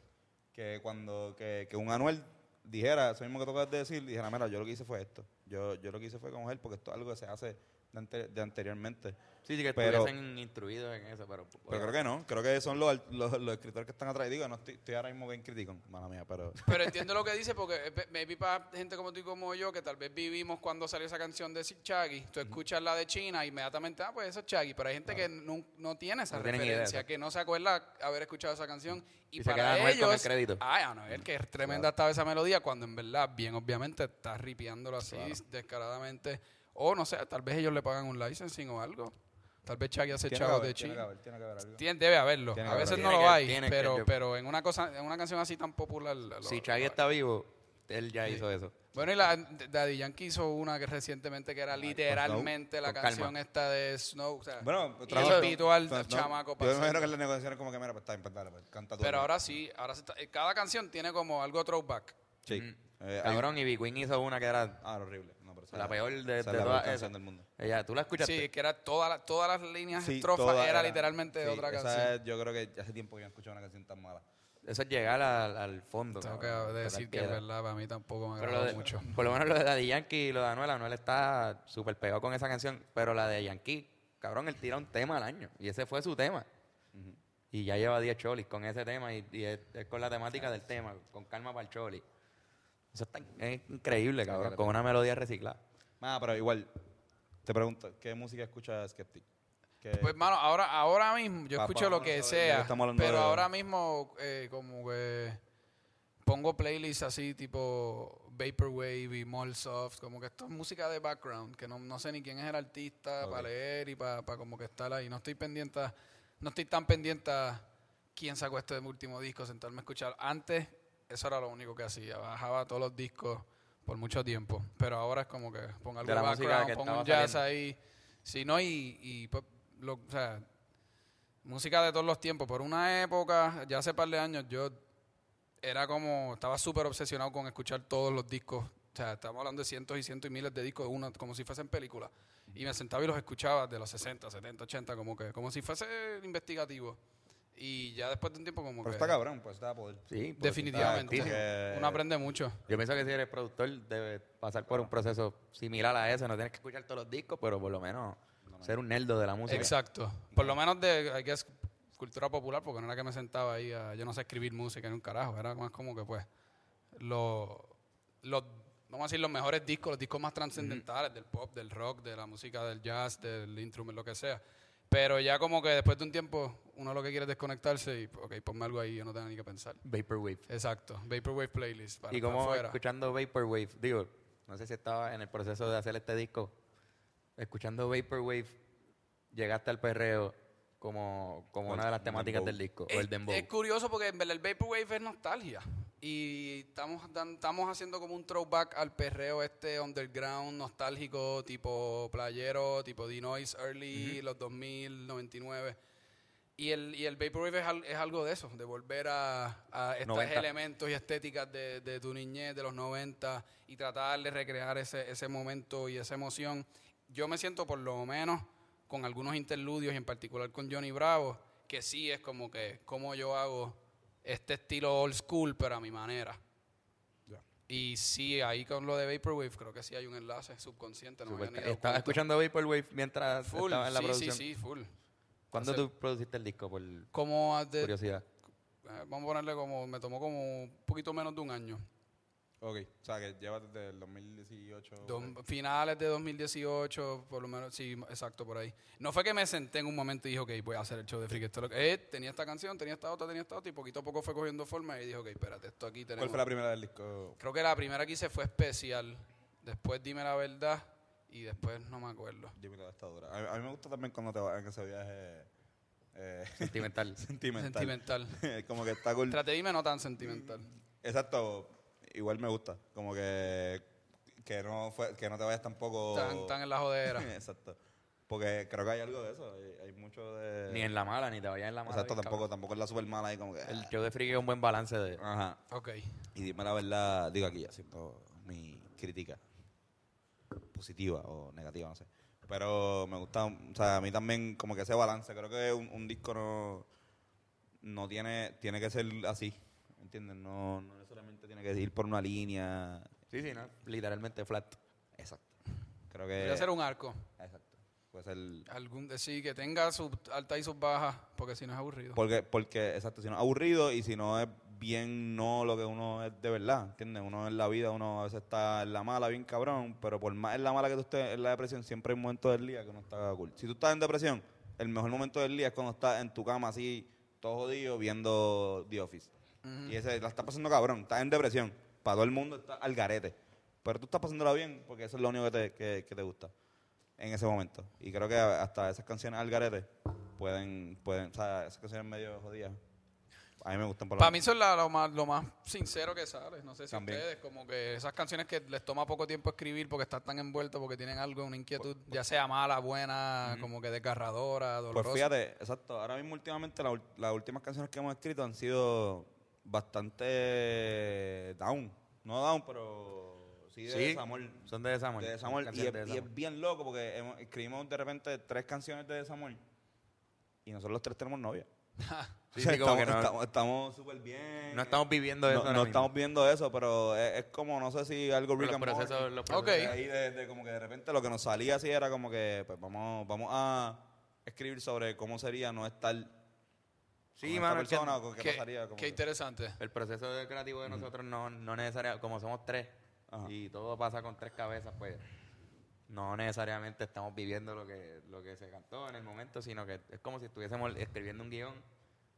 Que cuando que, que un Anuel dijera, eso mismo que tocas de decir, dijera, mira, yo lo que hice fue esto. Yo, yo lo que hice fue con él, porque esto es algo que se hace de, ante- de anteriormente. Sí, sí, que Pero- estuviesen instruidos en eso, pero. Pero creo que no, creo que son los, art- los, los escritores que están atrás. Digo, no estoy, estoy ahora mismo bien crítico, mala mía, pero... Pero entiendo lo que dice porque eh, pe- maybe para gente como tú y como yo que tal vez vivimos cuando salió esa canción de Sig Chaggy, tú escuchas la de China y inmediatamente, ah, pues eso es Chaggy, pero hay gente que nun- no, tiene esa No tienen idea de referencia, eso. que no se acuerda haber escuchado esa canción y, Y se queda para Anuel ellos, con el crédito. ay, Anuel, que es tremenda estaba esa melodía cuando en verdad, bien obviamente, está ripiándolo así descaradamente o no sé, tal vez ellos le pagan un licensing o algo. Tal vez Chaggy hace Tiene que chavos haber, de tiene que China. haber, tiene que haber algo. Tien- debe haberlo. Tiene a que veces haberlo. no Tiene lo que- hay, tiene que- pero, yo- pero en una cosa, en una canción así tan popular. lo- Si lo- Chaggy lo- está vivo, él ya hizo eso. Bueno, y la Daddy Yankee hizo una que recientemente que era literalmente la Con calma. canción esta de Snow. O sea, Bueno, y trajo- el pito al trajo- chamaco. para Yo me imagino hacer- que las negociaciones como que, mira, pues está bien, pues, dale, pues, canta tú. Pero ahora sí, ahora se está- eh, cada canción tiene como algo throwback. Sí. Eh, hay un- Cabrón, y Big Queen hizo una que era Ah, horrible. No, pero esa- La peor de- de esa es la todas peor canción esas. del mundo. Ella, tú la escuchaste. Sí, que era todas las todas las líneas Sí, estrofas toda era, literalmente sí, otra esa canción. es- yo creo que hace tiempo que yo no escuchado una canción tan mala. Eso es llegar al, al fondo. Tengo cabrón, que tocar decir que es piedra. verdad, para mí tampoco me Pero lo agradó de- mucho. Por lo menos lo de Daddy Yankee y lo de Anuel. Anuel está súper pegado con esa canción. Pero la de Yankee, cabrón, él tira un tema al año. Y ese fue su tema. Y ya lleva 10 cholis con ese tema. Y, y es, es con la temática del tema. Con calma para el choli. Eso está, es increíble, cabrón. Con una melodía reciclada. Ah, pero igual, te pregunto, ¿qué música escucha Skeptic? ¿Qué- Pues, mano, ahora, ahora mismo, yo Papá, escucho lo vámonos que a ver, ya que sea, estamos hablando pero de- ahora mismo eh, como que pongo playlists así tipo Vaporwave y Mall Soft, como que esto es música de background, que no, no sé ni quién es el artista para leer y para, para como que estar ahí. No estoy pendiente, a- no estoy tan pendiente a quién sacó este último disco, sentarme a escuchar. Antes, eso era lo único que hacía, bajaba todos los discos por mucho tiempo, pero ahora es como que pongo algo la de música que background, estaba pongo un jazz saliendo. ahí. Sí, no, y, y pues, lo- o sea, música de todos los tiempos. Por una época, ya hace par de años, yo era como, estaba súper obsesionado con escuchar todos los discos. O sea, estamos hablando de cientos y cientos y miles de discos de uno, como si fuesen películas. Y me sentaba y los escuchaba de los 60, 70, 80, como que, como si fuese investigativo. Y ya después de un tiempo, como Pero que. está cabrón, pues está poder. Sí, porque definitivamente. está activo. Uno aprende mucho. Yo pienso que si eres productor, debes pasar por un proceso similar a ese. No tienes que escuchar todos los discos, pero por lo menos ser un nerdo de la música. Exacto. Por lo menos de, I guess, cultura popular, porque no era que me sentaba ahí a, yo no sé escribir música ni un carajo, era más como que pues lo- los, vamos a decir, los mejores discos, los discos más trascendentales del pop, del rock, de la música, del jazz, del instrumento, lo que sea. Pero ya como que después de un tiempo uno lo que quiere es desconectarse y, ok, ponme algo ahí, yo no tengo ni que pensar. Vaporwave. Exacto, Vaporwave Playlist. Para, y como para afuera. escuchando Vaporwave, digo, no sé si estaba en el proceso de hacer este disco, escuchando Vaporwave, llegaste al perreo como, como una de las temáticas del disco, o el Es- dembow. Es curioso porque en verdad el Vaporwave es nostalgia. Y estamos, dan- estamos haciendo como un throwback al perreo este underground nostálgico, tipo playero, tipo D-Noise Early, los 2000, 99. Y el, y el Vaporwave es, al- es algo de eso, de volver a, a estos 90. elementos y estéticas de, de tu niñez, de los 90, y tratar de recrear ese, ese momento y esa emoción. Yo me siento, por lo menos, con algunos interludios, y en particular con Johnny Bravo, que sí es como que, como yo hago este estilo old school, pero a mi manera. Y sí, ahí con lo de Vaporwave, creo que sí hay un enlace subconsciente. No me había ni dado Estaba cuenta. escuchando Vaporwave mientras Full, estaba en la sí, sí, producción. sí, full. ¿Cuándo Hace- tú produciste el disco, por Como a de- curiosidad? Eh, vamos a ponerle como, me tomó como un poquito menos de un año. Ok, o sea, que lleva desde el 2018. Dos- finales de 2018, por lo menos, sí, exacto, por ahí. No fue que me senté en un momento y dije, ok, voy a hacer el show de Freak. Esto es lo que- eh, tenía esta canción, tenía esta otra, tenía esta otra, y poquito a poco fue cogiendo forma y dije, ok, espérate, esto aquí tenemos. ¿Cuál fue la primera del disco? Creo que la primera que hice fue especial. Después dime la verdad y después no me acuerdo. Yo me la esta dura. A, a mí me gusta también cuando te vas en ese viaje eh, Sentimental. sentimental. Sentimental. como que está cool. Trate dime no tan sentimental. Exacto, igual me gusta. Como que, que, no, fue, que no te vayas tampoco. Tan, tan en la jodera. Exacto. Porque creo que hay algo de eso. Hay, hay mucho de. Ni en la mala, ni te vayas en la mala. Exacto, bien, tampoco, cabrón. tampoco es la super mala ahí como que. ah, El show de Friki es un buen balance de... Ajá. Ok. Y dime la verdad, digo aquí, haciendo mi crítica positiva o negativa, no sé. Pero me gusta, o sea, a mí también como que ese balance, creo que un, un disco no, no tiene, tiene que ser así, ¿entiendes? No, no necesariamente tiene que ir por una línea. Sí, sí, ¿no? Literalmente flat. Exacto. Creo Voy que... a hacer un arco. Exacto. Puede ser- Algún, eh, sí, que tenga sus altas y sus bajas, porque si no es aburrido. Porque, porque, exacto, si no es aburrido y si no es bien no lo que uno es de verdad, ¿entiendes? Uno en la vida, uno a veces está en la mala, bien cabrón, pero por más en la mala que tú estés en la depresión, siempre hay un momento del día que uno está cool. Si tú estás en depresión, el mejor momento del día es cuando estás en tu cama así, todo jodido, viendo The Office. Y ese, la estás pasando cabrón, estás en depresión, para todo el mundo está al garete. Pero tú estás pasándola bien porque eso es lo único que te, que- que te gusta en ese momento. Y creo que hasta esas canciones al garete pueden, pueden, o sea, esas canciones medio jodidas. A mí me gustan por lo Para mí menos. son la- lo, más, lo más sincero que sale. No sé si También. ustedes, como que esas canciones que les toma poco tiempo escribir porque están tan envueltos, porque tienen algo, una inquietud, ya sea mala, buena, como que desgarradora, dolorosa. Pues fíjate, exacto. Ahora mismo últimamente la ul- las últimas canciones que hemos escrito han sido bastante down. No down, pero sí Sí, de Sí, desamor. Son de desamor. De desamor. Y Canciones es, de y desamor. es bien loco porque hemos- escribimos de repente tres canciones de desamor y nosotros los tres tenemos novia. Sí, O sea, sí, como estamos- que no- estamos- estamos súper bien. No estamos viviendo eso. No, ahora no mismo. estamos viendo eso, pero es, es como, no sé si algo Pero Rick los and Morty. procesos- los Ok. procesos- Ahí de, de como que de repente lo que nos salía así era como que, pues vamos, vamos a escribir sobre cómo sería no estar Sí, con mano, es que esta persona o con qué, Qué- pasaría. como qué que- interesante. el proceso de creativo de nosotros no, no necesariamente, como somos tres Ajá. y todo pasa con tres cabezas, pues no necesariamente estamos viviendo lo que, lo que se cantó en el momento, sino que es como si estuviésemos escribiendo un guión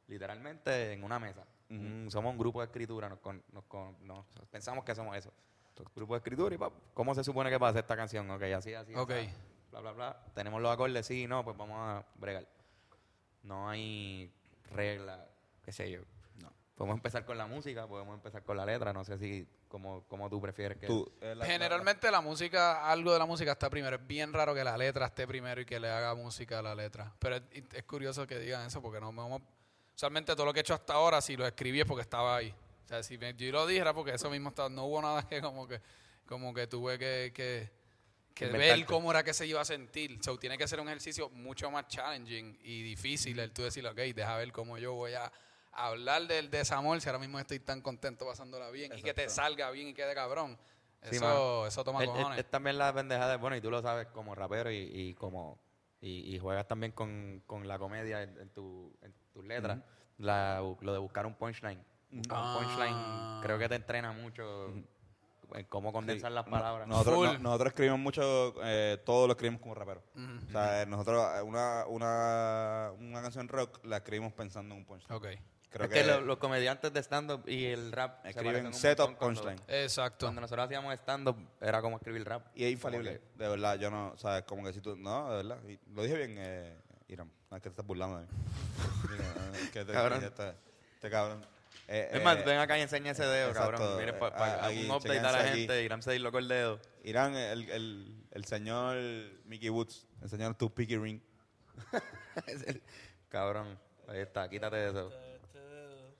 literalmente en una mesa. Mm, Somos un grupo de escritura, nos, con- nos con- nos- pensamos que somos eso. Grupo de escritura y pa, ¿cómo se supone que pasa esta canción? Ok, así, así. Ok. así, Bla, bla, bla. Tenemos los acordes, sí, no, pues vamos a bregar. No hay regla, qué sé yo. Podemos empezar con la música, podemos empezar con la letra, no sé si como, como tú prefieres que... tú, eh, la- Generalmente la música, algo de la música está primero. Es bien raro que la letra esté primero y que le haga música a la letra. Pero es, es curioso que digan eso porque no me hemos- Usualmente todo lo que he hecho hasta ahora, si lo escribí es porque estaba ahí. O sea, si me- yo lo dije era porque eso mismo estaba. No hubo nada que como que, como que tuve que, que, que ver Inventarte. cómo era que se iba a sentir. So, tiene que ser un ejercicio mucho más challenging y difícil el tú decir, ok, deja ver cómo yo voy a hablar del desamor si ahora mismo estoy tan contento pasándola bien y que te salga bien y quede cabrón. Sí, Eso, mano. eso toma Es- es- cojones. es también la pendeja de, bueno, y tú lo sabes como rapero y, y como y, y juegas también con, con la comedia en, en tu, en tus letras, la bu- lo de buscar un punchline. Buscar Ah. un punchline creo que te entrena mucho en cómo condensar las No- palabras. Nosotros, Full. no- nosotros escribimos mucho, eh, todos lo escribimos como rapero. Ujú. O sea, eh, nosotros eh, una, una, una canción rock la escribimos pensando en un punchline. Ok. Creo es que, lo- los comediantes de stand-up y el rap se parecen escriben un setup montón cuando- punchline. Exacto. Cuando nosotros hacíamos stand-up era como escribir rap. Y es infalible. Como De verdad, yo no, o sea, es como que si tú, no, de verdad. y lo dije bien, eh, Iram. No, es que te estás burlando de mí. Digo, "Ah, es que te, Cabrón. que Te, te cabrón. Eh, Es más, eh, ven acá y enseña ese dedo, exacto, cabrón. Miren, para eh, ah, aquí, un update a la chéquense aquí. gente, Irán se dislocó el dedo. Irán, el, el, el señor Mickey Woods, el señor tu Picky Ring. Es el- cabrón, ahí está, quítate eso. Este, este dedo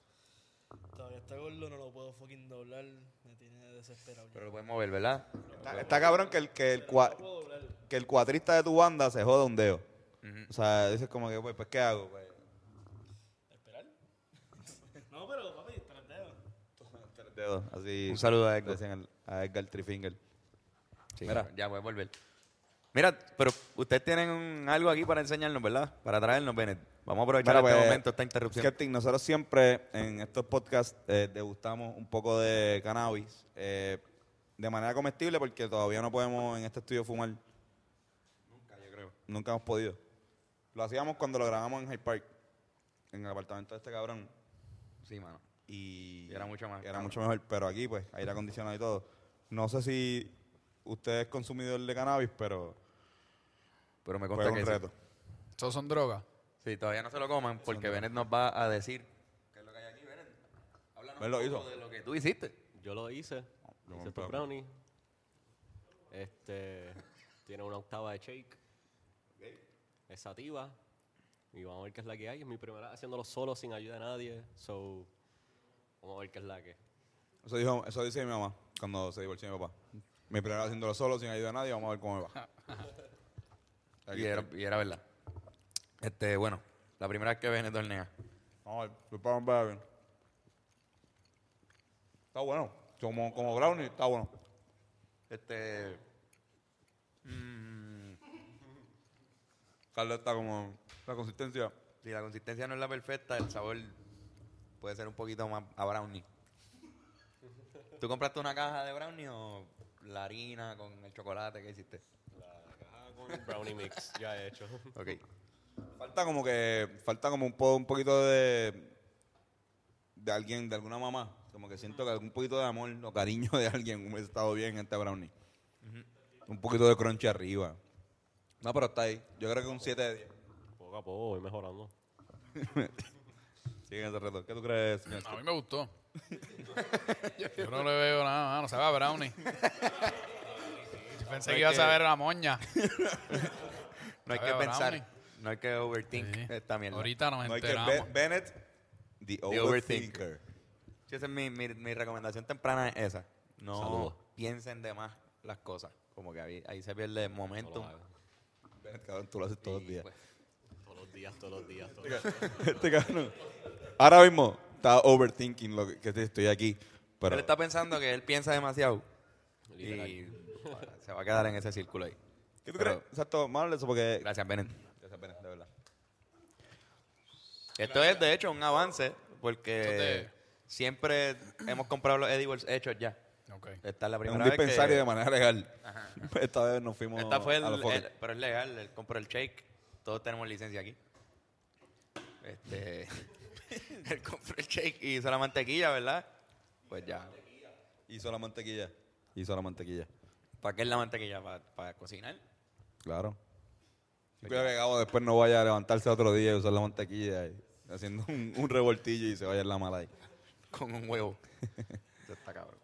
todavía está gordo, no lo puedo fucking doblar. Me tiene desesperado. ya. Pero lo puedes mover, ¿verdad? Está, está cabrón que el, que, el cua- que el cuatrista de tu banda se joda un dedo. O sea, dices como que, pues, pues, ¿qué hago? Pues, ¿Esperar? no, pero papi, tres dedos. tres dedos, así. Un saludo a Edgar. decían al- a Edgar Trifinger. Sí, Mira. ya puedes volver. Mira, pero ustedes tienen un- algo aquí para enseñarnos, ¿verdad? Para traernos, Bennett. Vamos a aprovechar Mira, este pues, momento, esta interrupción. Skeptic, nosotros siempre en estos podcasts eh, degustamos un poco de cannabis eh, de manera comestible porque todavía no podemos en este estudio fumar. Nunca, yo creo. Nunca hemos podido. Lo hacíamos cuando lo grabamos en Hyde Park, en el apartamento de este cabrón. Sí, mano. Y, Y era mucho más Era cabrón. mucho mejor, pero aquí, pues, aire acondicionado y todo. No sé si usted es consumidor de cannabis, pero Pero me fue consta que un sí. reto. Eso son drogas. Sí, todavía no se lo coman porque Bennett nos va a decir qué es lo que hay aquí, Bennett. Háblanos Él lo un poco hizo. de Pues lo que tú hiciste. Yo lo hice. lo hice tu compramos. brownie. Este. tiene una octava de shake. Es sativa. Y vamos a ver qué es la que hay. Es mi primera vez haciéndolo solo, sin ayuda de nadie. So. Vamos a ver qué es la que. Eso, dijo, eso dice mi mamá cuando se divorció mi papá. Mi primera vez haciéndolo solo, sin ayuda a nadie, vamos a ver cómo me va. Aquí Y era, y era verdad. Este, bueno, la primera vez que Bennett hornea. Vamos a ver, prepara un brownie. Está bueno. Como, como brownie, está bueno. Este, Carlos está como... La consistencia... si la consistencia no es la perfecta, el sabor puede ser un poquito más a brownie. ¿Tú compraste una caja de brownie o la harina con el chocolate que hiciste? Brownie mix, ya he hecho. Ok. Falta como que... Falta como un, po- un poquito de... De alguien, de alguna mamá. Como que siento que algún poquito de amor o cariño de alguien hubiese estado bien en este brownie. Un poquito de crunchy arriba. No, pero está ahí. Yo creo que un 7 de 10. Poco a poco voy mejorando. Sigue ese reto. ¿Qué tú crees, señor? A mí me gustó. Yo no le veo nada, mano. Se va a brownie. Yo pensé que iba a saber la moña. No hay Sabe que a pensar, brownie. no hay que overthink Sí. esta mierda. Ahorita nos No hay que enteramos. Ben- Bennett, the, overthinker. overthinker. Sí, esa es mi, mi- mi recomendación temprana es esa. No, Saludos. piensen de más las cosas. Como que ahí, ahí se pierde el No lo momentum. hagan. Cabrón, tú lo haces todos los Y, días. pues, todos los días, todos los días, todos los días. Este cabrón. Ahora mismo está overthinking lo que, que estoy aquí. Pero Él está pensando que él piensa demasiado Literal. y se va a quedar en ese círculo ahí. ¿Qué tú Pero- crees? Exacto, malo eso porque. Gracias, Benet. Gracias, Pérez, de verdad. Esto es, de hecho, un avance porque Esto siempre hemos comprado los edibles hechos ya. Ok. Esta es la En primera un vez que- dispensario de manera legal. Esta vez nos fuimos. Esta fue a los el, foques. el- pero es legal, él compró el shake. Todos tenemos licencia aquí. Este, él compró el shake y hizo la mantequilla, ¿verdad? Pues ya. Hizo la mantequilla. Hizo la mantequilla. ¿Para qué es la mantequilla? ¿Para, para cocinar? Claro. Cuidado que Gabo después no vaya a levantarse otro día y usar la mantequilla. y- haciendo un, un revoltillo y se vaya en la mala ahí. Con un huevo. Eso está cabrón.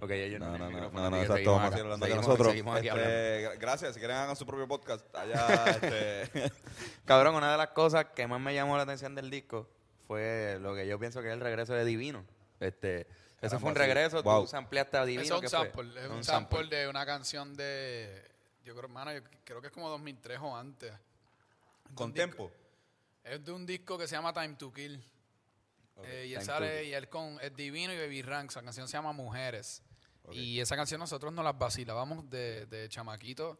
Ok, ellos No, tienen no, no, micrófono, no, así no, que exacto. Vamos seguimos a seguir hablando acá. de Seguimos- nosotros. seguimos aquí Este, hablando. gra- gracias, si quieren hagan su propio podcast. Allá, este. Cabrón, una de las cosas que más me llamó la atención del disco fue lo que yo pienso que es el regreso de Divino. Este, eso Caramba, fue un sí. regreso, Wow. tú sampleaste a Divino. Eso es ¿qué un fue? sample, es un, sample, de una canción de, yo creo, hermano, yo creo que es como 2003 o antes. Con tiempo. Es de un disco que se llama Time to Kill. Eh, y Time él to sale, y él con El Divino y Baby Ranks, la canción se llama Mujeres. Y esa canción nosotros nos las vacilábamos de, de chamaquito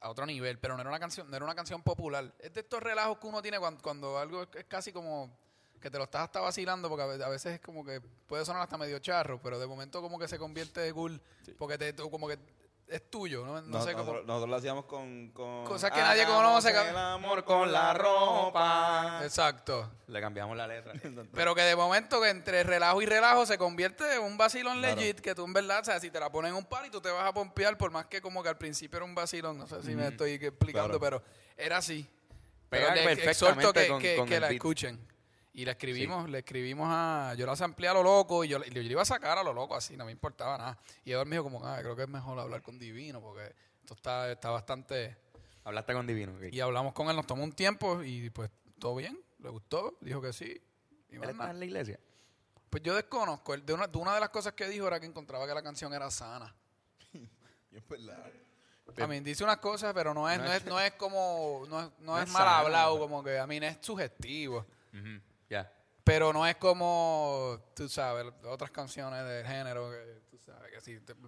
a otro nivel, pero no era una canción, no era una canción popular. Es de estos relajos que uno tiene cuando, cuando algo es, es casi como que te lo estás hasta vacilando, porque a ve- a veces es como que puede sonar hasta medio charro, pero de momento como que se convierte de cool, porque te, tú como que es tuyo, no, no No- sé cómo. nosotros, nosotros lo hacíamos con. con Cosas que nadie conoce, Hagamos cab- El amor con la ropa. Exacto. Le cambiamos la letra. Pero que de momento que entre relajo y relajo se convierte en un vacilón legit, que tú en verdad, o sea, si te la ponen en un par y tú te vas a pompear, por más que como que al principio era un vacilón, no sé si me estoy explicando, pero era así. Pero Pega les perfectamente exhorto que, con- que- con que el la beat. escuchen. Y la escribimos, le escribimos a... Yo la amplié a lo loco y yo, la- yo la iba a sacar a lo loco así, no me importaba nada. Y Eduardo me dijo como, ah, creo que es mejor hablar con Divino porque esto está, está bastante... Hablaste con Divino. ok. Y hablamos con él, nos tomó un tiempo y pues todo bien, le gustó, dijo que sí. Y Él más nada. está en la iglesia. Pues yo desconozco. el- De una, de una de las cosas que dijo era que encontraba que la canción era sana. pues, A mí dice unas cosas, pero no es, no es, no es como, no es, no No es es mal sana, hablado, ¿verdad? como que a mí es sugestivo. Ujú, Ya. Pero no es como, tú sabes, otras canciones del género que tú sabes que si te, te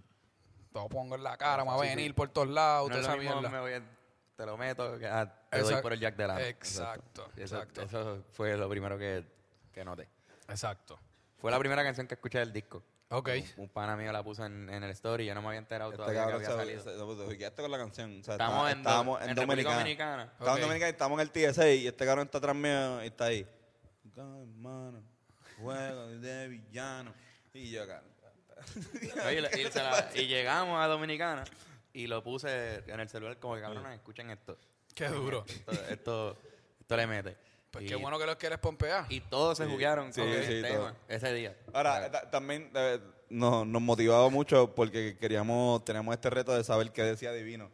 lo pongo en la cara, me va a venir por todos lados, No toda es esa lo mismo, mierda. me voy a- te lo meto, que, ah, te doy Exact- por el jack de la Exacto, exacto. Eso fue lo primero que, que noté. Exacto. Fue la primera canción que escuché del disco. Ok. Un, un pana mío la puso en, en el story y yo no me había enterado Este todavía que cabrón había se- salido. se- se- se quedaste con la canción. O sea, Estamos está- en, estábamos en, en República Dominicana. Dominicana. Estamos Ok. en Dominicana y estamos en el TSA y este cabrón está atrás mío y está ahí. Acá, hermano, juego de villano. Y yo acá. Oye, y, se la- y llegamos a Dominicana y lo puse en el celular como que Mm. cabrones, escuchen esto. Qué duro. Esto, esto, esto le mete. Pues y, qué bueno que los quieres pompear. y todos se jugaron sí, con el sí, tema todo. ese día. Ahora, ta- también eh, nos, nos motivaba mucho porque queríamos, teníamos este reto de saber qué decía Divino.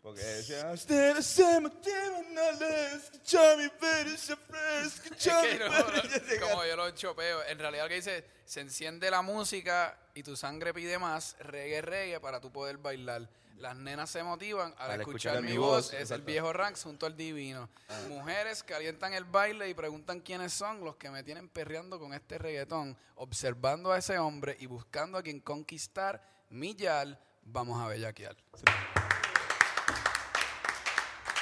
Porque decía, "Usted es el motivo, no le escucha mi ver, ese fresco, escucha Es mi que no, ver". no, Y yo llegaba- como yo lo chopeo. En realidad lo que dice, se enciende la música y tu sangre pide más, reggae, reggae, para tú poder bailar. Las nenas se motivan al, escuchar, mi voz. Ah. Es el viejo ranks junto al divino. Mujeres calientan el baile y preguntan quiénes son los que me tienen perreando con este reggaetón, observando a ese hombre y buscando a quien conquistar. Mi yal, vamos a bellaquear.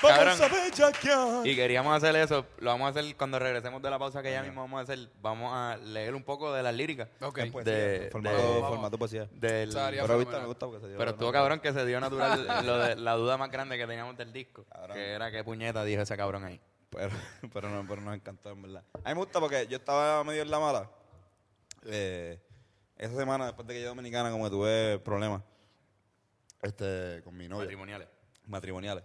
Cabrón. Vamos a bellaquear. Y queríamos hacer eso. Lo vamos a hacer cuando regresemos de la pausa que ya mismo vamos a hacer. Vamos a leer un poco de las líricas. Ok. De, Formato, formato poesía. de- del- Estaría Pero viste, fenomenal. me gusta porque se dio- pero estuvo cabrón que se dio natural lo de- la duda más grande que teníamos del disco. Cabrón. Que era qué puñeta dijo ese cabrón ahí. Pero, pero, no, pero nos encantó, en verdad. A mí me gusta porque yo estaba medio en la mala. Eh, esa semana, después de que llegué a Dominicana, como que tuve problemas este, con mi novia. Matrimoniales. matrimoniales.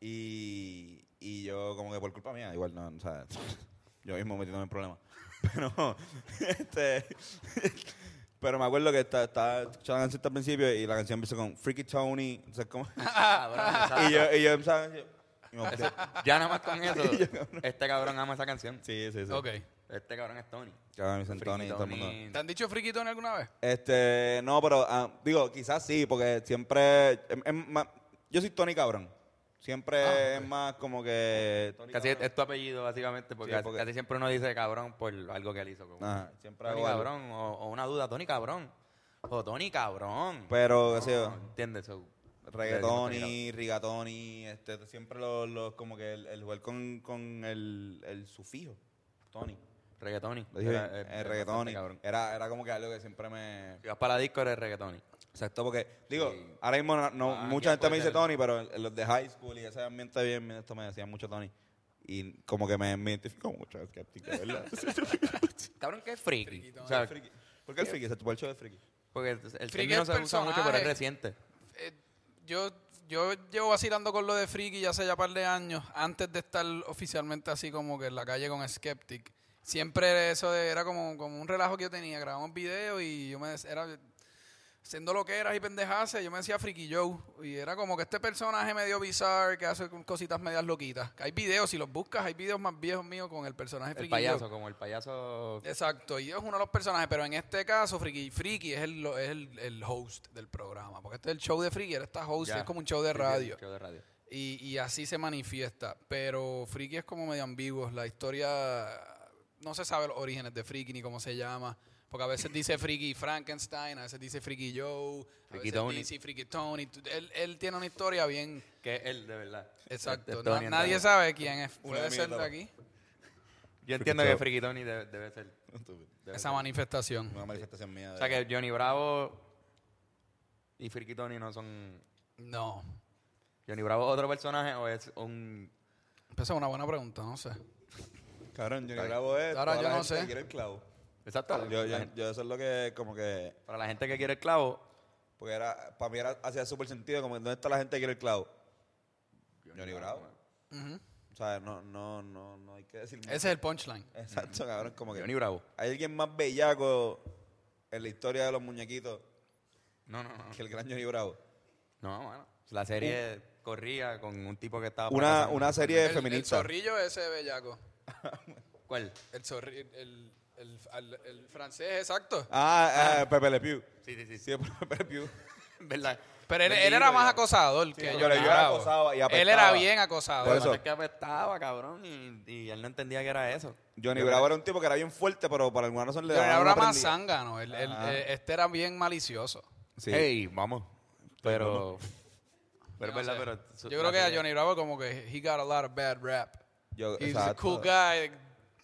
Y, y yo, como que por culpa mía, igual no, o sea, yo mismo metiéndome en problemas. Pero, este, pero me acuerdo que estaba está, escuchando la canción al principio y la canción empieza con Freaky Tony. O sea, como, y yo, y yo empezaba. yo- y me volteé. Ya nada más con eso, este cabrón ama esa canción. sí, sí, sí. Ok. Este cabrón es Tony. Cabrón, Vincent Tony, todo el mundo. Tony. ¿Te han dicho friquitón alguna vez? Este, no, pero ah, digo, quizás sí, porque siempre. em- em- ma- yo soy Tony Cabrón. Siempre es más como que. Tony Ah, Casi es, Cabrón. es tu apellido, básicamente, porque, Sí, casi- porque- casi siempre uno dice cabrón por algo que él hizo. como- Ajá, siempre Tony hago algo. cabrón, o, o una duda, Tony cabrón. O Tony cabrón. Pero, Pues, qué sé No, yo, ¿Entiendes? So, Reggaetoni, rigatoni, este, siempre los, los- como que el, el jugar con, con el, el sufijo, Tony. Reggaetoni. Lo dije Era, bien, eh, eh, era reggaetoni. bastante cabrón. Era, era como que algo que siempre me... Si vas para la disco, eres reggaetoni. Exacto, porque, digo, Sí. ahora mismo no, no- Ah, ¿quién mucha gente puede me dice ser? Tony, pero en los de high school y ese ambiente bien, esto me decían mucho Tony. Y como que me, me identifico mucho, es escéptico, ¿verdad? Cabrón, que es friki. O sea, ¿Por qué el friki? Se tuvo el show de friki. porque el Friki término es se usa mucho, pero es personaje. reciente. Eh, yo, yo llevo vacilando con lo de friki ya hace ya par de años, antes de estar oficialmente así como que en la calle con Skeptic. Siempre eso de- era como, como un relajo que yo tenía. Grabamos videos y yo me des- era siendo lo que eras y pendejase, yo me decía Friki Joe. Y era como que este personaje medio bizarro que hace cositas medias loquitas. Hay videos, si los buscas, hay videos más viejos míos con el personaje El Friki payaso, Joe. como el payaso. Exacto, y es uno de los personajes, pero en este caso Friki, Friki es, el, lo- es el, el host del programa, porque este es el show de Friki, él está host, Ya. es como un show de Sí, sí, es un radio, show de radio. y, y así se manifiesta, pero Friki es como medio ambiguo, la historia, no se sabe los orígenes de Friki ni cómo se llama, porque a veces dice Friki Frankenstein, a veces dice Friki Joe, a Friki veces Tony. dice Friki Tony, Tú- él, él tiene una historia bien... Que es él, de verdad. Este Exacto, es Na- Tony, nadie entonces. sabe quién es, Una puede de mis ser de etapas. aquí, Yo entiendo que Friki Tony debe, debe ser. debe esa ser. manifestación. Una manifestación mía. O de- sea que Johnny Bravo y Friki Tony no son. No, ¿Johnny Bravo es otro personaje o es un. esa es una buena pregunta, no sé. Cabrón, yo grabo esto. Ahora toda yo la no gente sé. Quiere el clavo. Exacto. Yo, yo, La gente- yo eso es lo que, como que, para la gente que quiere el clavo, porque era, para mí era, hacía súper sentido, como, ¿dónde está la gente que quiere el clavo? Johnny Bravo. Ujú. O sea, no, no, no, no hay que decir Ese es el punchline. Exacto, cabrón, como que Johnny Bravo. hay alguien más bellaco en la historia de los muñequitos No, no, no. que el gran Johnny Bravo. No, mano. La serie corría con un tipo que estaba. Una, fracasando. una serie el, el feminista. zorrillo ese bellaco. ¿Cuál? El zorrillo, el, el, al- el francés, exacto. ah, ah, Pepe Le Pew. Sí, sí, sí. Sí, Pepe Le Pew. ¿Verdad? Pero él, él era más acosador que pero yo. yo bravo. acosaba y él apestaba. era bien Por Por acosador. eso. eso. que apestaba, cabrón, y, y él no entendía que era eso. Johnny Bravo era un tipo que era bien fuerte, pero para alguna razón le Pero él daban era una más prendida. zángano. Él- él- Ajá. eh, este era bien malicioso. Sí. Ey, vamos. Pero. Pero, Yo no es verdad, sé. pero. su- yo creo la que a serie- Johnny Bravo como que he got a lot of bad rap. Yo- He's a exacto. cool guy,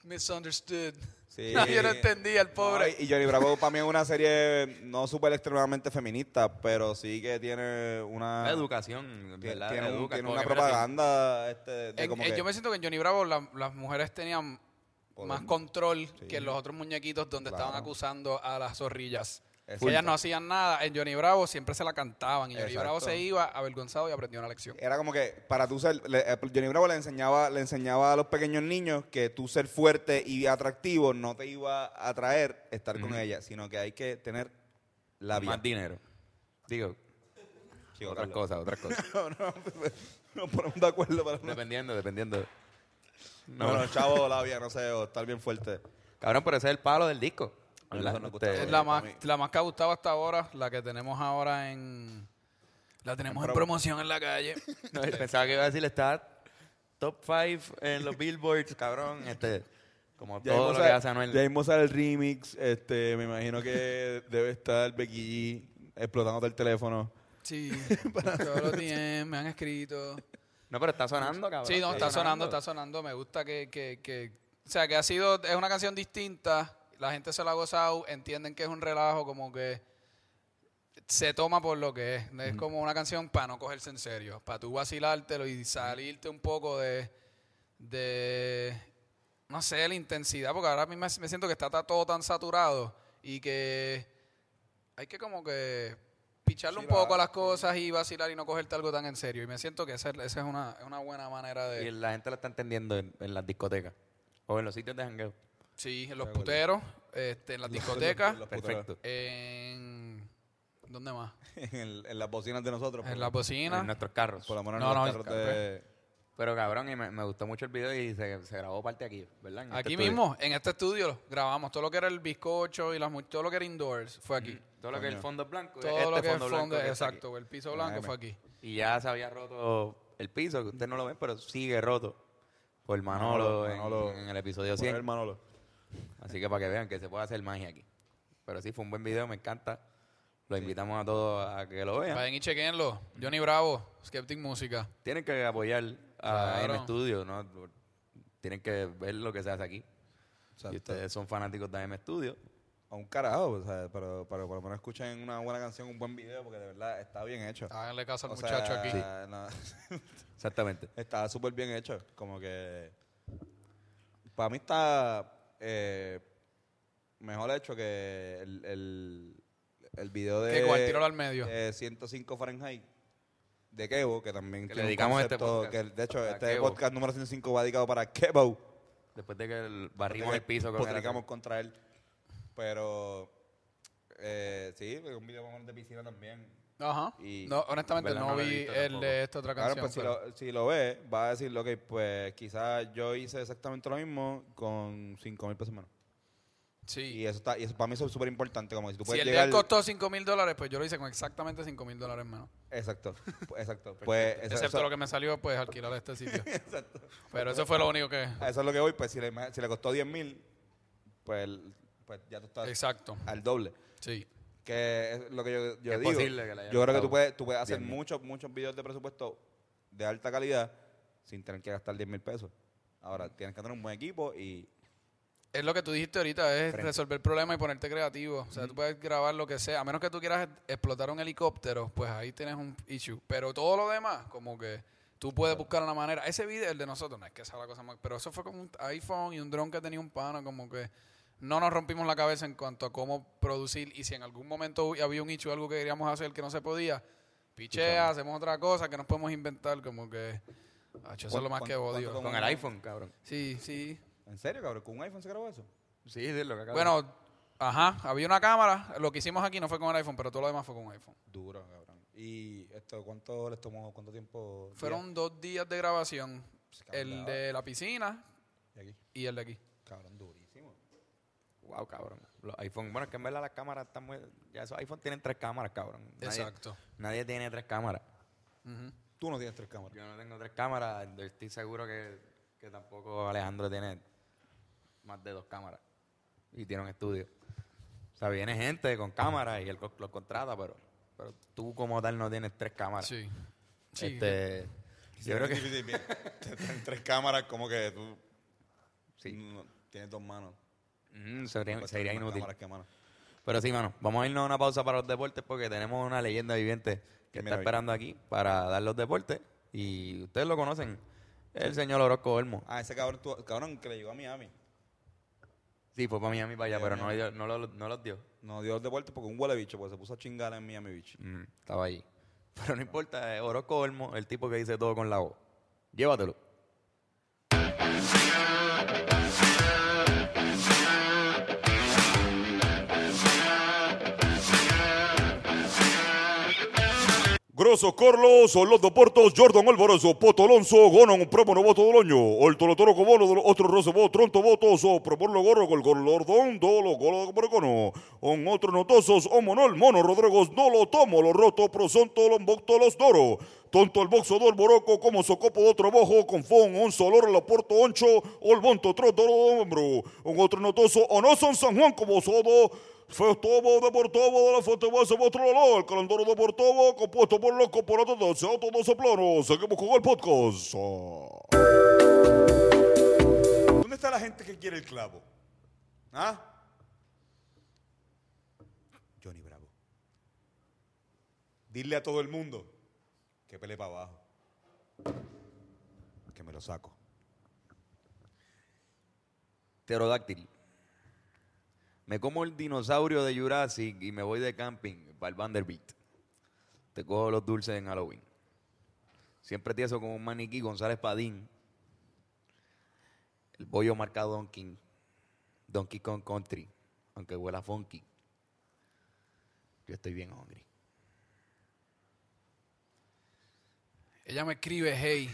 misunderstood. Sí. yo no entendía el pobre. No, y y Johnny Bravo para mí es una serie no súper extremadamente feminista, pero sí que tiene una... La educación, tiene, ¿verdad? tiene un- Educa, tiene como una que, espérate, propaganda este, de En- como eh, que... Yo me siento que en Johnny Bravo la- las mujeres tenían Poder. más control Sí. que en los otros muñequitos donde Claro. estaban acusando a las zorrillas. Exacto. Ellas no hacían nada. En Johnny Bravo siempre se la cantaban. Y Johnny Exacto. Eh, Bravo se iba avergonzado y aprendió una lección. Era como que para tú ser. le- eh, Johnny Bravo le enseñaba, le enseñaba a los pequeños niños que tú ser fuerte y atractivo no te iba a atraer estar con ella, sino que hay que tener la vida. Más dinero. Digo, Chico, otras Carlos. cosas, otras cosas. Nos ponemos de acuerdo para una- dependiendo, dependiendo. No, no, chavo, la vida, no sé, o estar bien fuerte. Cabrón, pero ese es el palo del disco. ¿verdad? eso no Este, gusta. Es la para más, mí. la más que ha gustado hasta ahora, la que tenemos ahora en... La tenemos en, promo. promoción en la calle. no, pensaba que iba a decir estar top 5 en los billboards, cabrón. Este, como todo lo que hace Anuel. Ya mismo sale el remix, este, me imagino que debe estar Becky G explotándote el teléfono. Sí, todos los días me han escrito. No, pero está sonando, cabrón. Sí, no, está sonando, está sonando. Me gusta que, que, que- O sea, que ha sido. Es una canción distinta. La gente se la ha gozado. Entienden que es un relajo, como que. Se toma por lo que es. No Es como una canción para no cogerse en serio. Para tú vacilártelo y salirte un poco de. de. No sé, la intensidad. Porque ahora mismo me siento que está ta- todo tan saturado. Y que. Hay que como que. Picharle un poco a las cosas y vacilar y no cogerte algo tan en serio. Y me siento que esa, es- esa es una, es una buena manera de... Y la gente lo está entendiendo en, en las discotecas o en los sitios de jangueo. Sí, en los puteros, este, en las discotecas, Perfecto. en... ¿Dónde más? en, el- en las bocinas de nosotros. En las bocinas. En este nuestros carros. Por lo menos No, en no, los carros de... Pero cabrón, y me, me gustó mucho el video y se, se grabó parte aquí, ¿verdad? En este Aquí estudio. mismo, en este estudio, lo grabamos todo lo que era el bizcocho y las mu- todo lo que era indoors fue aquí. Todo lo que es el fondo blanco. Todo Mm. este lo que es fondo fondo, blanco que está aquí. exacto, el piso blanco fue aquí. Y ya se había roto el piso, que ustedes no lo ven, pero sigue roto. Por Manolo, Manolo, en, Manolo. en el episodio Por 100. el Manolo. Así que para que vean que se puede hacer magia aquí. Pero sí, fue un buen video, me encanta. Lo invitamos a todos a que lo vean. Vayan y chequenlo. Johnny Bravo, Skeptic Música. Tienen que apoyar a Claro. en estudio, ¿no? Tienen que ver lo que se hace aquí. Y ustedes son fanáticos de M Studio. A un carajo, o sea, pero, pero por lo menos escuchen una buena canción, un buen video, porque de verdad está bien hecho. Háganle caso al O sea, Ah, muchacho aquí. no, Exactamente. está súper bien hecho. Como que. Para mí está eh, mejor hecho que el, el, el video de. Que igual tíralo al medio. eh, 105 Fahrenheit de Kevo, que también. Que tiene le un dedicamos este concepto podcast que, de hecho, a este Kevo. podcast número 105 va dedicado para Kevo. Después de que el- barrimos el piso con Potricamos contra él. Pero. Eh, sí, porque un video vamos a poner de piscina también. Ajá. Y- no, honestamente ¿verdad? no, No lo he vi visto el tampoco. de esta otra Claro, canción. pues si pero- lo, si lo ve, va a decir, ok, pues quizás yo hice exactamente lo mismo con 5 mil pesos menos. sí. Y eso está, y eso para mí eso es súper importante, como si tú Si puedes el de llegar... él costó 5 mil dólares, pues yo lo hice con exactamente 5 mil dólares menos. Exacto, pu- exacto. pues eso, Excepto eso- lo que me salió, pues alquilar este sitio. Pero eso fue lo único que. a eso es lo que voy, pues si le, si le costó 10 mil, pues, pues ya tú estás Exacto. al doble. Sí. Que es lo que yo, yo es digo. posible que le haya yo creo que costado tú puedes, tú puedes hacer 10.000. muchos, muchos videos de presupuesto de alta calidad sin tener que gastar 10 mil pesos. Ahora, tienes que tener un buen equipo y... Es lo que tú dijiste ahorita, es resolver problemas y ponerte creativo. O sea, tú puedes grabar lo que sea. A menos que tú quieras explotar un helicóptero, pues ahí tienes un issue. Pero todo lo demás, como que tú puedes buscar una manera. Ese video, el de nosotros, no es que sea la cosa más... Pero eso fue con un iPhone y un dron que tenía un pana, como que no nos rompimos la cabeza en cuanto a cómo producir. Y si en algún momento había un issue, algo que queríamos hacer que no se podía, pichea, hacemos otra cosa que nos podemos inventar, como que... Hacho, eso es lo más ¿Cuán- que cuánto odio. tomó? Con el iPhone, cabrón. Sí, sí. ¿En serio, cabrón? ¿Con un iPhone se grabó eso? Sí, sí, lo que acabo de- Bueno, ajá, había una cámara. Lo que hicimos aquí no fue con el iPhone, pero todo lo demás fue con iPhone. Duro, cabrón. ¿Y esto cuánto les tomó? ¿Cuánto tiempo? Fueron dos días de grabación. Pues, El cabrón, de la piscina Y aquí. y el de aquí. Cabrón, durísimo. Wow, cabrón. Los iPhone, bueno, es que en verdad las cámaras están muy. Ya esos iPhone tienen tres cámaras, cabrón. Nadie- Exacto. Nadie tiene tres cámaras. Ujú. Tú no tienes tres cámaras. Yo no tengo tres cámaras. yo Estoy seguro que, que tampoco Alejandro tiene más de dos cámaras. Y tiene un estudio. O sea, viene gente con cámaras y él co- los contrata, pero, pero tú como tal no tienes tres cámaras. Sí. Sí. Este, yo creo que Tienes tres cámaras como que tú... Sí. no- tienes dos manos. Mm, sería, Pues, sería tienes más inútil. cámaras que manos. Pero sí, mano, vamos a irnos a una pausa para los deportes porque tenemos una leyenda viviente que está Mira ahí. esperando aquí para dar los deportes. Y ustedes lo conocen, el señor Orozco Olmo. Ah, ese cabrón, tú- cabrón que le llegó a Miami. Sí, fue para Miami para allá, Dios pero mío. no, dio- no, lo- no los dio. No dio los deportes porque un huele bicho, porque se puso a chingar en Miami Beach. Mm, estaba allí. Pero no importa, eh, Orozco Olmo, el tipo que dice todo con la voz. Llévatelo. Grosso Corlos, los Portos, Jordan Alvarazo, Poto Alonso, Gonon, Promo Novoto Doloño, el Toro Toro Cobono, Dolo- otro Rosobo, Tronto Votos, o Proporlo Gorro, Gol Gol Lordón, Dolo, Golo Borgono, on otro Notosos, o Monol, Mono Rodregos, Dolo Tomo, Lo Roto, Prosonto, Lombocto, Los Doro, Tonto el boxo dol boroco como socopo de otro bojo con fon on solor la porto oncho olbonto troto hombro un otro notoso o no son San Juan como sodo Festobo de Portobo de la Fuente Base Botroló, el calendario de Portobo compuesto por los corporatos de Seato 12 Planos. Seguimos con el podcast. ¿Dónde está la gente que quiere el clavo? ¿Ah? Johnny Bravo. Dile a todo el mundo que pele para abajo. Que me lo saco. Pterodáctil. Me como el dinosaurio de Jurassic y me voy de camping para el Vanderbilt. Te cojo los dulces en Halloween. Siempre tieso como un maniquí González Padín. El bollo marca Donkey. Donkey Kong Country. Aunque huela funky. Yo estoy bien hungry. Ella me escribe, hey,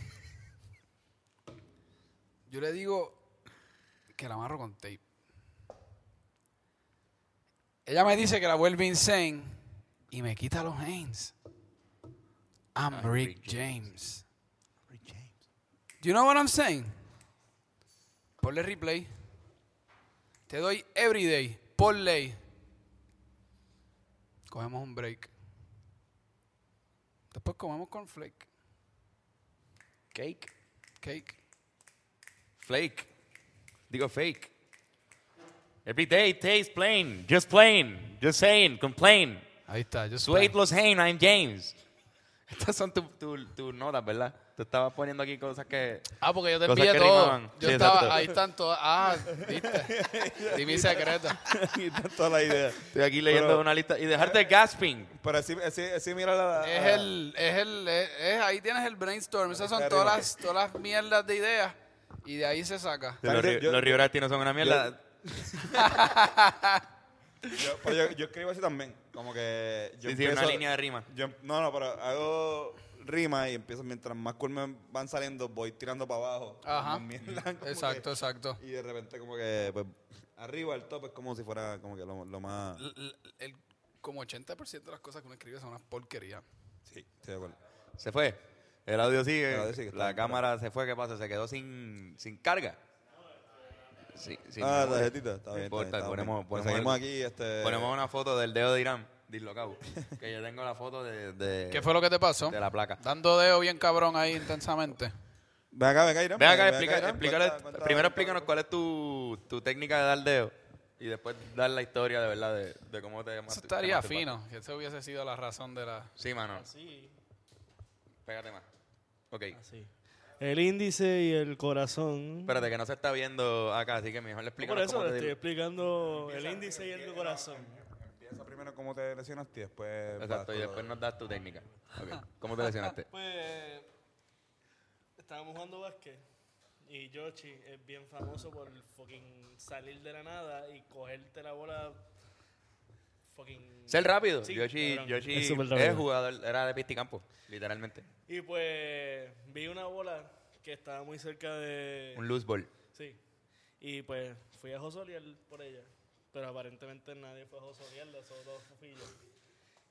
Yo le digo que la amarro con tape. Ella me dice que la vuelve insane y me quita los hands. I'm Rick James. Do you know what I'm saying? Ponle replay. Te doy everyday. Por ley. Cogemos un break. Después comemos cornflake. Cake. Cake. Flake. Digo fake. Every day tastes plain. Just plain. Just saying. Complain. Ahí está. Yo Su eight los Hain, I'm James. Estas son tus tu, tu notas, ¿verdad? Te estabas poniendo aquí cosas que. Ah, porque yo te Cosas envié que todo. rimaban. Yo Sí, estaba, exacto. ahí están todas. Ah, viste. Di mi secreto. toda la idea. Estoy aquí leyendo Pero- una lista. Y dejarte gasping. Pero así, así, así mira la... Es Ah. el, es el, es, es- ahí tienes el brainstorm. Esas son Arriba. todas las, todas las mierdas de ideas. Y de ahí se saca. Yo- Los, ri- yo- los Rio Rasti no son una mierda. Yo, pero yo, yo escribo así también. Como que... Yo Sí, sí, una línea de rima. yo- no, no, pero hago rima y empiezo mientras más me van saliendo, voy tirando para abajo. Más Ajá. mierda, como que- Exacto, exacto. y de repente como que pues, arriba el top es como si fuera como que lo, lo más... L- l- el- como 80% de las cosas que uno escribe son una porquería. Sí, estoy de acuerdo. Se fue. El audio sigue. El audio sigue, está la bien, cámara se fue. ¿Qué pasa? Se quedó sin, sin carga. Sí, sin ah, memoria. tarjetita, está No bien. importa, está bien, está ponemos, bien. ponemos- Seguimos aquí, este... ponemos una foto del dedo de Irán dislocado. que yo tengo la foto de, de- ¿Qué fue lo que te pasó? Eh, de la placa. Dando dedo bien cabrón ahí intensamente. Ven acá, ven acá, Irán. Ven acá, ven explica- Irán. explícale- Cuenta- cuenta- primero cuenta- explícanos cuál es tu, tu técnica de dar dedo y después dar la historia de verdad de, de cómo te llamas. Eso estaría fino. Que esa hubiese sido la razón de la... Sí, mano. Así, Pégate más. Ok. así. El índice y el corazón. Espérate, que no se está viendo acá, así que mejor le explico. Por eso le estoy explicando el índice y el corazón. Piensa primero cómo te lesionaste y después... Exacto, y vas con- después nos das tu técnica. Ok. ¿Cómo te lesionaste? Pues estábamos jugando básquet y Yoshi es bien famoso por fucking salir de la nada y cogerte la bola fucking Ser rápido. Sí, Yoshi, cabrón. Yoshi Es es, súper rápido. jugador, era de pisticampo, literalmente. Y pues vi una bola que estaba muy cerca de Un loose ball. sí. Y pues fui a josolear por ella, pero aparentemente nadie fue a josolearla, solo fui yo.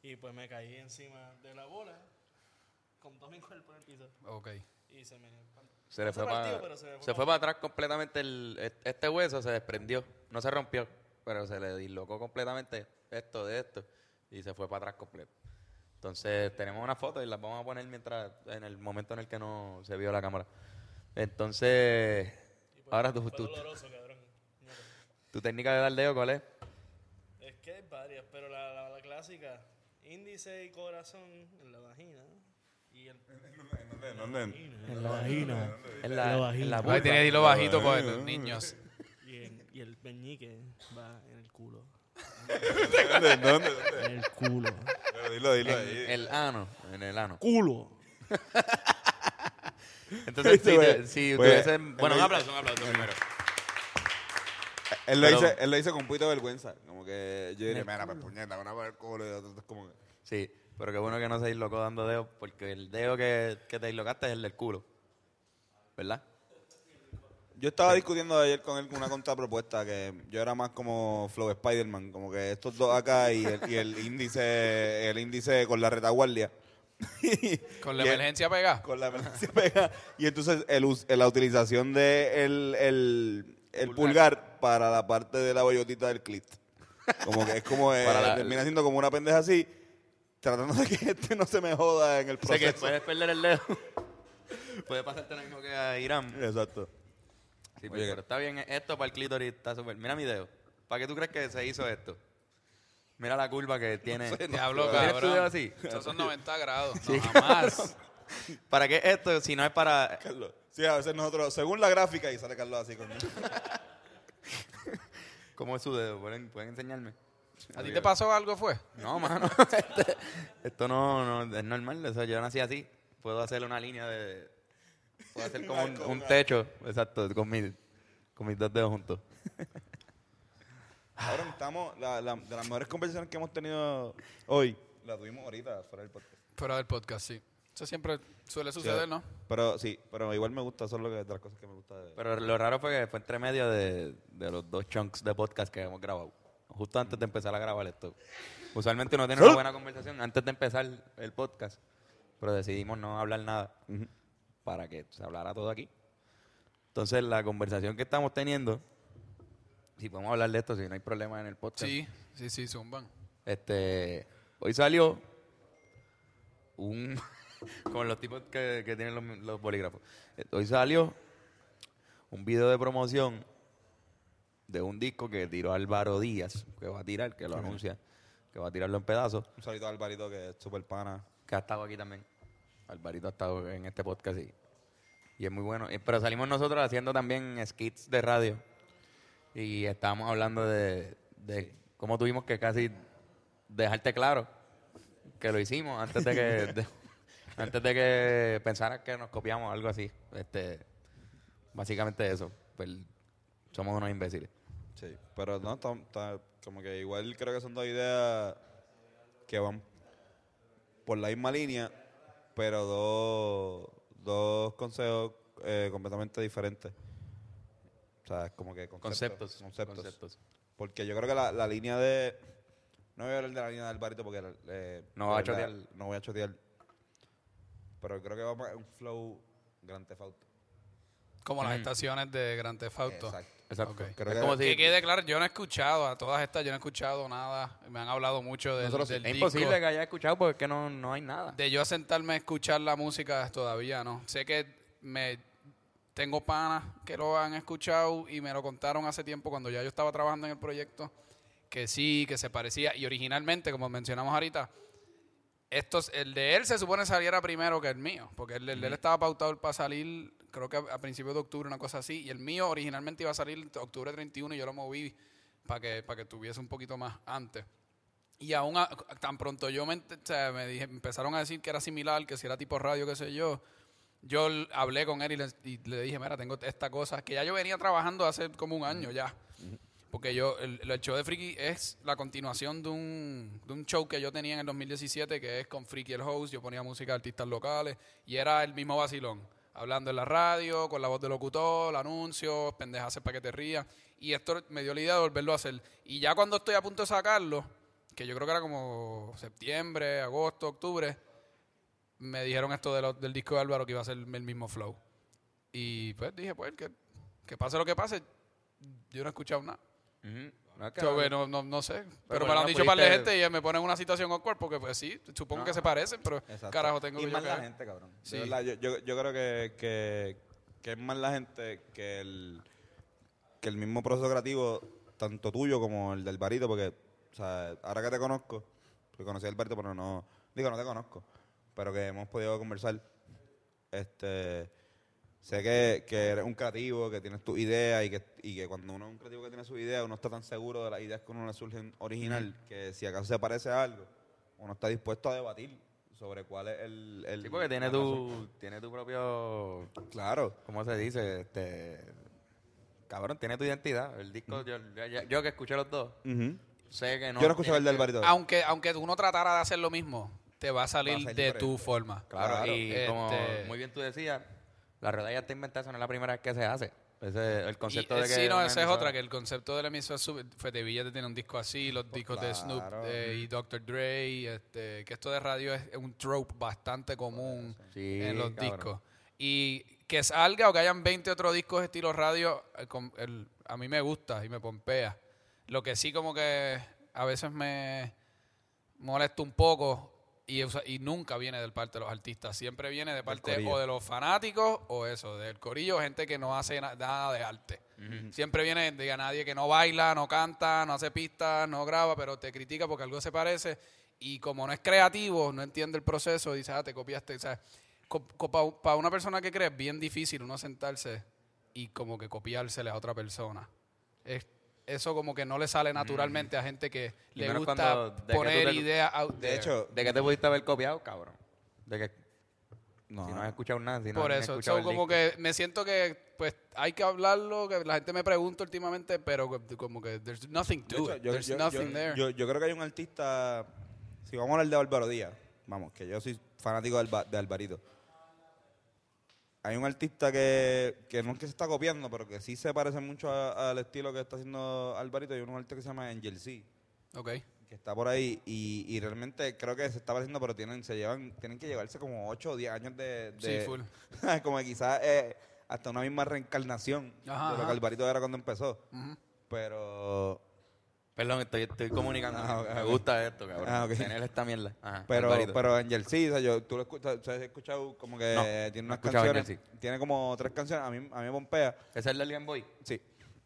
Y pues me caí encima de la bola con todo mi cuerpo en el piso Ok. y se me Se le No se fue partió, para pero se le fue se pa- fue para atrás completamente el est- este hueso se desprendió, no se rompió, pero se le dislocó completamente esto de esto y se fue para atrás completo. Entonces, tenemos una foto y las vamos a poner mientras en el momento en el que no se vio la cámara. Entonces, ahora tu, pues, fue tu, doloroso, cabrón. tu técnica de dar dedo, ¿cuál es? Es que hay varias, pero la, la, la clásica, índice y corazón en la vagina y el ¿En dónde? ¿En dónde? en la vagina En la vagina. la Ah, Ahí vulva. tenía hilo bajito con Mm. los niños. y, en- y el peñique va en el culo. ¿En dónde? En el culo. Pero dilo, dilo ahí. En el ano, en el ano. culo. Entonces, si, Pues, te- si pues, tuviese- en Bueno, un la- aplauso, un aplauso primero. eh, Él lo, Pero- dice, él lo dice con un poquito de vergüenza. Como que yo diría, mira, pues puñeta, una por el culo y otra es como que. Sí, pero qué bueno que no se dislocó dando dedos, porque el dedo que, que te dislocaste es el del culo. ¿Verdad? Yo estaba discutiendo ayer con él con una contrapropuesta que yo era más como Flow Spider-Man, como que estos dos acá y el, y el índice el índice con la retaguardia. Con la Y el- emergencia pegada. Con la emergencia pega. Y entonces el, us- la utilización de el, el, el pulgar. para la parte de la bollotita del clit. Como que es como eh, Para la- termina siendo como una pendeja así, tratando de que este no se me joda en el Sé que proceso. puedes perder el dedo. Puede pasarte lo mismo que a Irán. Exacto. Sí, pero, Oye, pero está bien, esto para el clítoris está súper. Mira mi dedo. ¿Para qué tú crees que se hizo esto? Mira la curva que tiene. Diablo, ¿Tienes tu dedo cabrón. así? Estos son 90 grados. No, jamás. ¿Para qué esto si no es para Carlos. Sí, a veces nosotros, según la gráfica, y sale Carlos así con ¿Cómo es su dedo? ¿Pueden, pueden enseñarme? ¿A ti te pasó algo, fue? No, mano. Este- esto no, no es normal. O sea, yo nací así. Puedo hacer una línea de. Puedo hacer como un, un techo. Exacto, con, mi- con mis dos dedos juntos. Ahora estamos, la, la- de las mejores conversaciones que hemos tenido hoy, la tuvimos ahorita fuera del podcast. Fuera del podcast, sí. Eso siempre suele suceder, ¿no? Pero sí, pero igual me gusta, eso es lo que, de las cosas que me gusta. de- Pero lo raro fue que fue entre medio de, de los dos chunks de podcast que hemos grabado. Justo antes de empezar a grabar esto. Usualmente uno tiene una buena conversación antes de empezar el podcast. Pero decidimos no hablar nada para que se hablara todo aquí. Entonces, la conversación que estamos teniendo, si podemos hablar de esto, si no hay problema en el podcast. Sí, sí, sí, zumban. Este, hoy salió un. con los tipos que, que tienen los, los bolígrafos. Eh, Hoy salió un video de promoción de un disco que tiró Álvaro Díaz, que va a tirar, que lo anuncia, que va a tirarlo en pedazos, Un saludo a Alvarito que es súper pana. que ha estado aquí también. Alvarito ha estado en este podcast y, y es muy bueno. Eh, Pero salimos nosotros haciendo también skits de radio y estábamos hablando de, de cómo tuvimos que casi dejarte claro que lo hicimos antes de que de- antes de que pensaras que nos copiamos algo así este básicamente eso pues, somos unos imbéciles Sí, pero no, está- está- como que igual creo que son dos ideas que van por la misma línea, pero dos, dos consejos eh, completamente diferentes. O sea, es como que conceptos. conceptos Conceptos. Porque yo creo que la, la línea de... No voy a hablar de la línea de Alvarito porque... eh, No va a de verdad, chotear. No voy a chotear. Pero creo que va para un flow Grand Theft Auto. Como las estaciones de Gran Theft Auto. Exacto. exacto Ok. Creo Mm. es que- como si Que quede claro, yo no he escuchado a todas estas, yo no he escuchado nada. Me han hablado mucho del, nosotros- del es disco. imposible que haya escuchado porque es que no, no hay nada De yo sentarme a escuchar la música todavía, ¿no? Sé que me tengo panas que lo han escuchado y me lo contaron hace tiempo cuando ya yo estaba trabajando en el proyecto, que sí, que se parecía. Y originalmente, como mencionamos ahorita, estos, el de él se supone saliera primero que el mío, porque el, el de él estaba pautado para salir, creo que a, a principios de octubre, una cosa así, y el mío originalmente iba a salir octubre 31 y yo lo moví para que, para que tuviese un poquito más antes. Y aún a- tan pronto yo me, ent- o sea, me dije, empezaron a decir que era similar, que si era tipo radio, qué sé yo. Yo l- hablé con él y le, y le dije, mira, tengo esta cosa, que ya yo venía trabajando hace como un año ya. Porque yo, el, el show de Friki es la continuación de un, de un show que yo tenía en el 2017, que es con Friki el host, yo ponía música de artistas locales, y era el mismo vacilón, hablando en la radio, con la voz del locutor, anuncios, pendejas para que te rías, y esto me dio la idea de volverlo a hacer. Y ya cuando estoy a punto de sacarlo, que yo creo que era como septiembre, agosto, octubre, me dijeron esto de lo- del disco de Álvaro que iba a ser el mismo flow. Y pues dije, pues, que, que pase lo que pase, yo no he escuchado nada. Ujú. No, es que Yo, no- que no, no, no sé. bueno, Pero, me lo han no dicho para la pudiste- gente y me ponen en una situación awkward porque pues sí, supongo que se parecen, pero carajo tengo y que yo más que la ver. gente, cabrón. De Sí. verdad, yo, yo, yo creo que, que, que es más la gente que el, que el mismo proceso creativo, tanto tuyo como el del barito, porque o sea, ahora que te conozco, porque conocí al barito, pero no, digo, no te conozco, pero que hemos podido conversar, este, sé que, que eres un creativo, que tienes tus ideas y que, y que cuando uno es un creativo que tiene sus ideas, uno está tan seguro de las ideas que a uno le surgen original, que si acaso se parece a algo, uno está dispuesto a debatir sobre cuál es el... el sí porque tiene la tu tiene tu propio razón. Claro. ¿Cómo se dice? Este, cabrón, tiene tu identidad. El Mm. disco, yo, yo- yo- yo que escuché los dos, sé que Ah, no. Yo no escuchaba el del barito. Aunque, aunque uno tratara de hacer lo mismo, te va a salir, salir de diferente. tu forma. Claro, Claro. y como Este- muy bien tú decías, la rodilla está inventada, eso no es la primera vez que se hace. Ese es el concepto Y, eh, de que. sí, no, una esa es emisora- otra, que el concepto de la emisora es súper- Fete Villa tiene un disco así, los discos de Snoop claro. eh, y Dr. Dre, este, que esto de radio es un trope bastante común Sí, en los cabrón. discos. Y que salga o que hayan 20 otros discos estilo radio, eh, con- el- a mí me gusta y me pompea. Lo que sí como que a veces me molesta un poco y, usa- y nunca viene del parte de los artistas, siempre viene de parte o de los fanáticos o eso, del corillo, gente que no hace na- nada de arte. Siempre viene de a nadie que no baila, no canta, no hace pistas, no graba, pero te critica porque algo se parece y como no es creativo, no entiende el proceso, dice, ah, te copiaste, o sea, para una persona que cree es bien difícil uno sentarse y como que copiársele a otra persona. Es- eso como que no le sale naturalmente a gente que Y le menos gusta cuando- de que tú poner te- ideas out De there. hecho, ¿De qué te pudiste haber copiado, cabrón? De que. no. Si no has escuchado nada, si no Por has eso, escuchado so, el como disco. que me siento que pues hay que hablarlo, que la gente me pregunta últimamente, pero que- como que there's nothing De to hecho, it. There's nothing there. yo- yo creo que hay un artista, si vamos a hablar de Álvaro Díaz, vamos, que yo soy fanático de, Alba- de Alvarito. Hay un artista que, que no es que se está copiando, pero que sí se parece mucho a- al estilo que está haciendo Alvarito. Hay un artista que se llama Angel C, Ok. eh, que está por ahí y, y realmente creo que se está pareciendo, pero tienen se llevan tienen que llevarse como 8 o 10 años de... de Sí, full. como que quizás eh, hasta una misma reencarnación de Ajá, lo ajá. que Alvarito era cuando empezó. Ujú. Pero Perdón, estoy, estoy comunicando. Ah, ok, Me ok. gusta esto, cabrón. Ah, ok. Tener esta mierda. Ajá, Pero, Alvarito. pero Angel sí, o sea, yo, tú lo escuchas, o sea, he escuchado como que No, tiene no he unas escuchado a canciones, Angel tiene como tres canciones, a mí, a mí me pompea, ¿Esa es la Alien Boy? sí.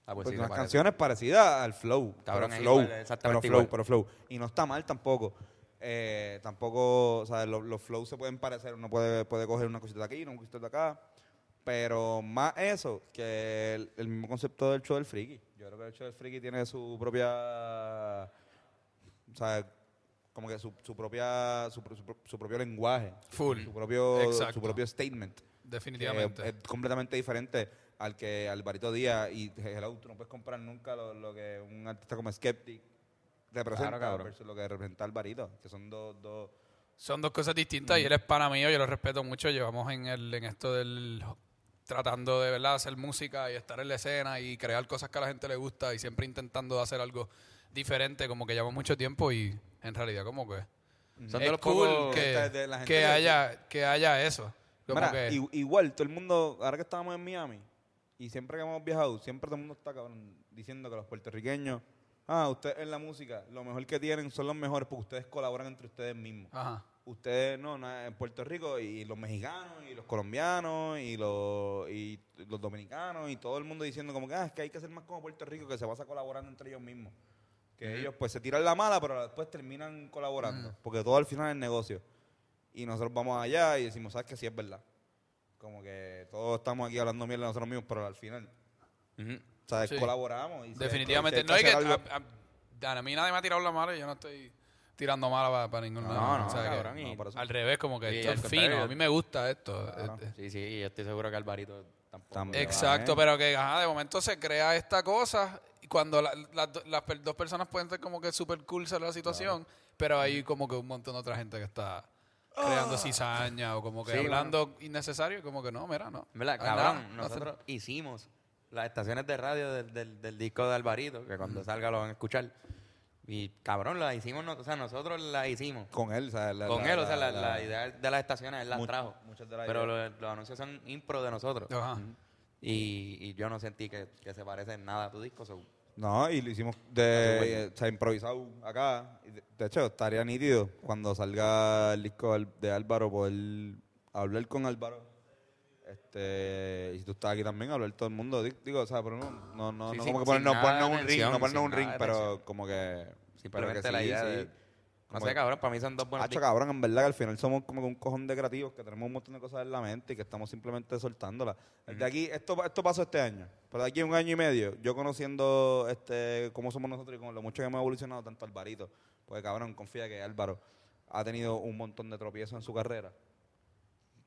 Ah, pues Porque sí, se unas parece. canciones parecidas al flow, Cabrón, es pero flow, igual, pero exactamente flow, igual. pero flow. Y no está mal tampoco. Eh, tampoco, o sea, los, los flows se pueden parecer, uno puede, puede coger una cosita de aquí, una cosita de acá, pero más eso que el, el mismo concepto del show del friki. Yo creo que el show del friki tiene su propia, o sea, como que su, su propia, su, pro- su pro- su propio lenguaje, Full. su propio, Exacto. su propio statement Definitivamente. eh, que Eh, es completamente diferente al que Alvarito Díaz y Hello, tú no puedes comprar nunca lo, lo que un artista como Skeptic representa cabrón. versus lo que representa Alvarito, que son dos... dos Son dos cosas distintas mm. y él es pana mío, yo lo respeto mucho. Llevamos en, el, en esto del. tratando de ¿verdad? hacer música y estar en la escena y crear cosas que a la gente le gusta y siempre intentando hacer algo diferente, como que lleva mucho tiempo y en realidad, como que. Son de es los cool pocos- que, Esta es de la gente que que- haya, que haya eso. Como Mira, que- i- igual, todo el mundo, ahora que estábamos en Miami, y siempre que hemos viajado, siempre todo el mundo está cabrón, diciendo que los puertorriqueños, ah, ustedes en la música, lo mejor que tienen son los mejores porque ustedes colaboran entre ustedes mismos. Ajá. Ustedes, no, na- en Puerto Rico, y los mexicanos, y los colombianos, y los, y los dominicanos, y todo el mundo diciendo como que, ah, es que hay que ser más como Puerto Rico, que se pasa colaborando entre ellos mismos. Que ellos pues se tiran la mala, pero después terminan colaborando, porque todo al final es negocio. Y nosotros vamos allá y decimos, ¿sabes que Sí es verdad. Como que todos estamos aquí hablando mierda de nosotros mismos, pero al final, Ujú. ¿sabes? Sí. Colaboramos. y si hay- Definitivamente. si no hay hay que. hacer algo- A, a- a mí nadie me ha tirado la mala y yo no estoy tirando mala para, ningún lado. No, no, O sea que- cabrón. y- No, por eso- al revés, como que Sí, esto al es contrario. fino. A mí me gusta esto. Claro. Este- Sí, sí, y yo estoy seguro que Alvarito tampoco. Ah. También. Exacto, Obviamente. pero que ajá, de momento se crea esta cosa y cuando la- las do- las per- dos personas pueden ser como que super cool sobre la situación, pero hay como que un montón de otra gente que está creando cizaña o como que Ah. Sí, hablando innecesario y como que no, mira, no. ¿Verdad? Ah, Cabrón, nada, no hace- nosotros hicimos las estaciones de radio del, del- del disco de Alvarito, que cuando salga lo van a escuchar. Y cabrón, las hicimos, no- o sea, nosotros las hicimos. Con él, ¿sabes? La- Con la- él, o sea, la, la- la idea de las estaciones él las Much- trajo. muchas de las pero ideas. lo- los anuncios son impro de nosotros. Ajá. Y, y yo no sentí que, que se parece en nada a tu disco. so, No, y lo hicimos de, se ha improvisado acá. Y De de hecho, estaría nítido cuando salga el disco al- de Álvaro poder hablar con Álvaro. Este, y si tú estás aquí también, hablar todo el mundo. Di- Digo, o sea, pero no, no, no, Sí, no sin- como que sin ponernos, nada ponernos de un ring, tensión, no ponernos sin un ring, nada de pero tensión. como que... pero Simplemente que la sí, idea sí. de... No Como sé, que- cabrón, para mí son dos buenos Hacho, discos. cabrón, en verdad que al final somos como que un cojón de creativos que tenemos un montón de cosas en la mente y que estamos simplemente soltándolas. El De aquí, esto, esto pasó este año, pero de aquí a un año y medio, yo conociendo este cómo somos nosotros y con lo mucho que hemos evolucionado, tanto Alvarito, porque cabrón, confía que Álvaro ha tenido un montón de tropiezos en su carrera,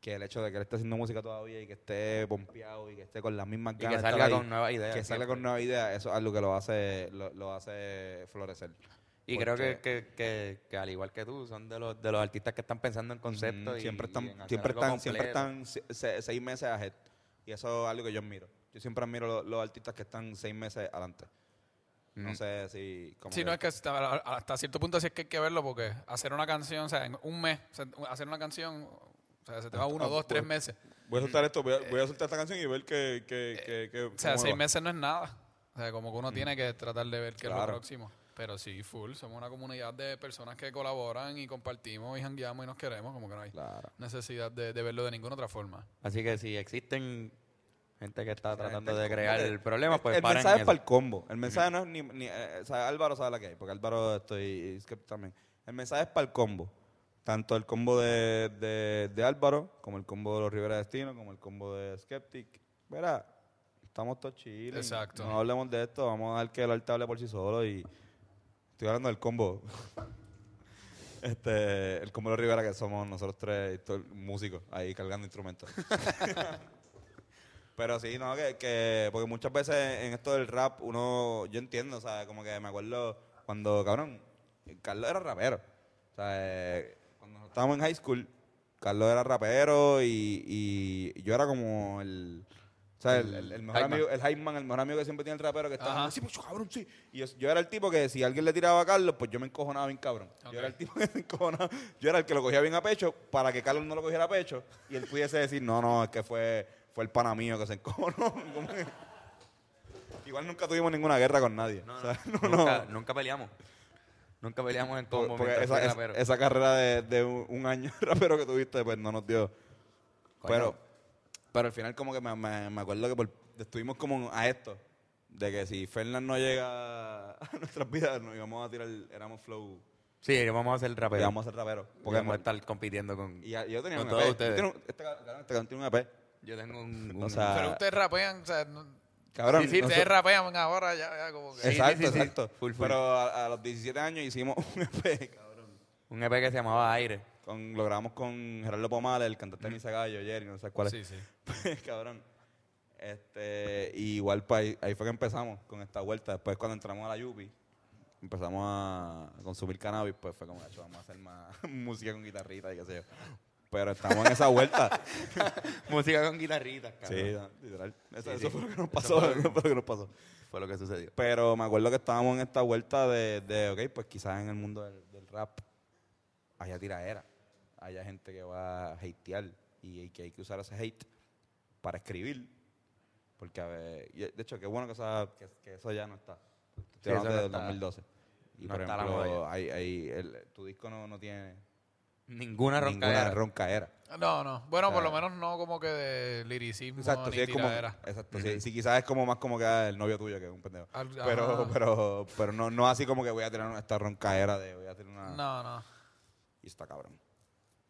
que el hecho de que él esté haciendo música todavía y que esté pompeado y que esté con las mismas Y que ganas de salga estar ahí, con nuevas ideas. que salga siempre. con nueva idea, eso es algo que lo hace, lo, lo hace florecer. Y creo que, Porque- que, que, que al igual que tú, son de los, de los artistas que están pensando en conceptos. Ujú, y- siempre y en están hacer siempre algo están siempre completo. están se- se- seis meses ahead y eso es algo que yo admiro yo siempre admiro lo- los, artistas que están seis meses adelante no sé si como Sí, que- no es que hasta, hasta cierto punto sí es que hay que verlo porque hacer una canción, o sea, en un mes, o sea, hacer una canción, o sea, Ah, se te va uno, dos, tres pues, meses. Voy a soltar esto, voy a, voy a soltar esta canción y ver que... que, que, que- Eh, O sea, cómo me seis va. meses no es nada. O sea, como que uno tiene que tratar de ver qué es Mm. Claro. lo próximo. Pero sí, full. Somos una comunidad de personas que colaboran y compartimos y jangueamos y nos queremos. Como que no hay Claro. necesidad de, de verlo de ninguna otra forma. Así que si existen gente que está tratando gente de como crear que- el problema, pues el paren mensaje es eso. para el combo el mensaje no es ni, ni- eh, o sea, Álvaro sabe la que hay porque Álvaro estoy es que también el mensaje es para el combo tanto el combo de, de, de Álvaro como el combo de los Rivera Destino como el combo de Skeptic verá estamos todos chiles Exacto. no hablemos de esto vamos a dejar que el arte hable por sí solo y Estoy hablando del combo. Este, el combo de los Rivera que somos nosotros tres to- músicos ahí cargando instrumentos. Pero sí, no, que, que- porque muchas veces en esto del rap uno, yo entiendo, o sea, como que me acuerdo cuando, cabrón, Carlos era rapero. O sea, eh, cuando cuando estábamos en high school, Carlos era rapero y, y yo era como el. O sea, el, el- el mejor hype man. amigo, el hype man, el mejor amigo que siempre tiene el rapero que Ajá. está. Sí, mucho cabrón, sí. Y yo, yo era el tipo que si alguien le tiraba a Carlos, pues yo me encojonaba bien cabrón. Ok. Yo era el tipo que se encojonaba. Yo era el que lo cogía bien a pecho para que Carlos no lo cogiera a pecho y él pudiese decir, no, no, es que fue, fue el pana mío que se encojonó. Como que- Igual nunca tuvimos ninguna guerra con nadie. No, no, O sea, no, no. nunca, nunca peleamos. Nunca peleamos en Por- combo. porque mientras esa, era es- rapero. esa carrera de, de un un año de rapero que tuviste, pues no nos dio. Coño. Pero, pero al final como que me, me- me acuerdo que por- estuvimos como a esto. De que si Fernan no llega a nuestras vidas, nos íbamos a tirar, éramos flow. Sí, vamos a ser Pero raperos. íbamos a ser raperos. porque Porque vamos Pues, a estar compitiendo con. y, ya- yo tenía Con un todos EP. ustedes. Yo tenía un- este cabrón este cabrón tiene un EP. Yo tengo un. O un- sea, Pero ustedes rapean, o sea, no- Ah. Cabrón. si ustedes nosotros- rapean ahora, ya, ya como que... Sí, exacto, sí, sí, sí. exacto. Full, full. Pero a, a los 17 años hicimos un EP, cabrón. un EP que se llamaba Aire. Con, lo grabamos con Gerardo Pomales, el cantante de Misa Gallo, Jerry, no sé cuál es. Sí, sí. Pues, cabrón. Este, y igual pa' ahí, ahí fue que empezamos con esta vuelta. Después cuando entramos a la Yupi, empezamos a consumir cannabis, pues fue como, "Acho, vamos a hacer más música con guitarrita y qué sé yo. Pero estamos en esa vuelta. Música con guitarritas, cabrón. sí, no, literal. Eso, Sí, eso sí. fue lo que nos Eso pasó. fue lo Eso fue lo que nos pasó. Fue lo que sucedió. Pero me acuerdo que estábamos en esta vuelta de, de ok, pues quizás en el mundo del, del rap haya tiraera, haya gente que va a hatear y, y que hay que usar ese hate para escribir. Porque, a ver, y de hecho, qué bueno que, esa- que- que eso ya no está. Sí, Estoy hablando eso no del está. 2012. Y No por está la ejemplo, moda hay, hay- el- tu disco no, no tiene Ninguna ninguna ronca. roncaera. No, no. Bueno, O sea, por lo menos no como que de liricismo Ah. Exacto, ni sí, es como, tiradera. exacto sí, sí, quizás es como más como que ah, el novio tuyo que es un pendejo. Al- pero ajá. pero pero no, no así como que voy a tener esta roncaera de voy a tener Ah. una No, no. y está cabrón.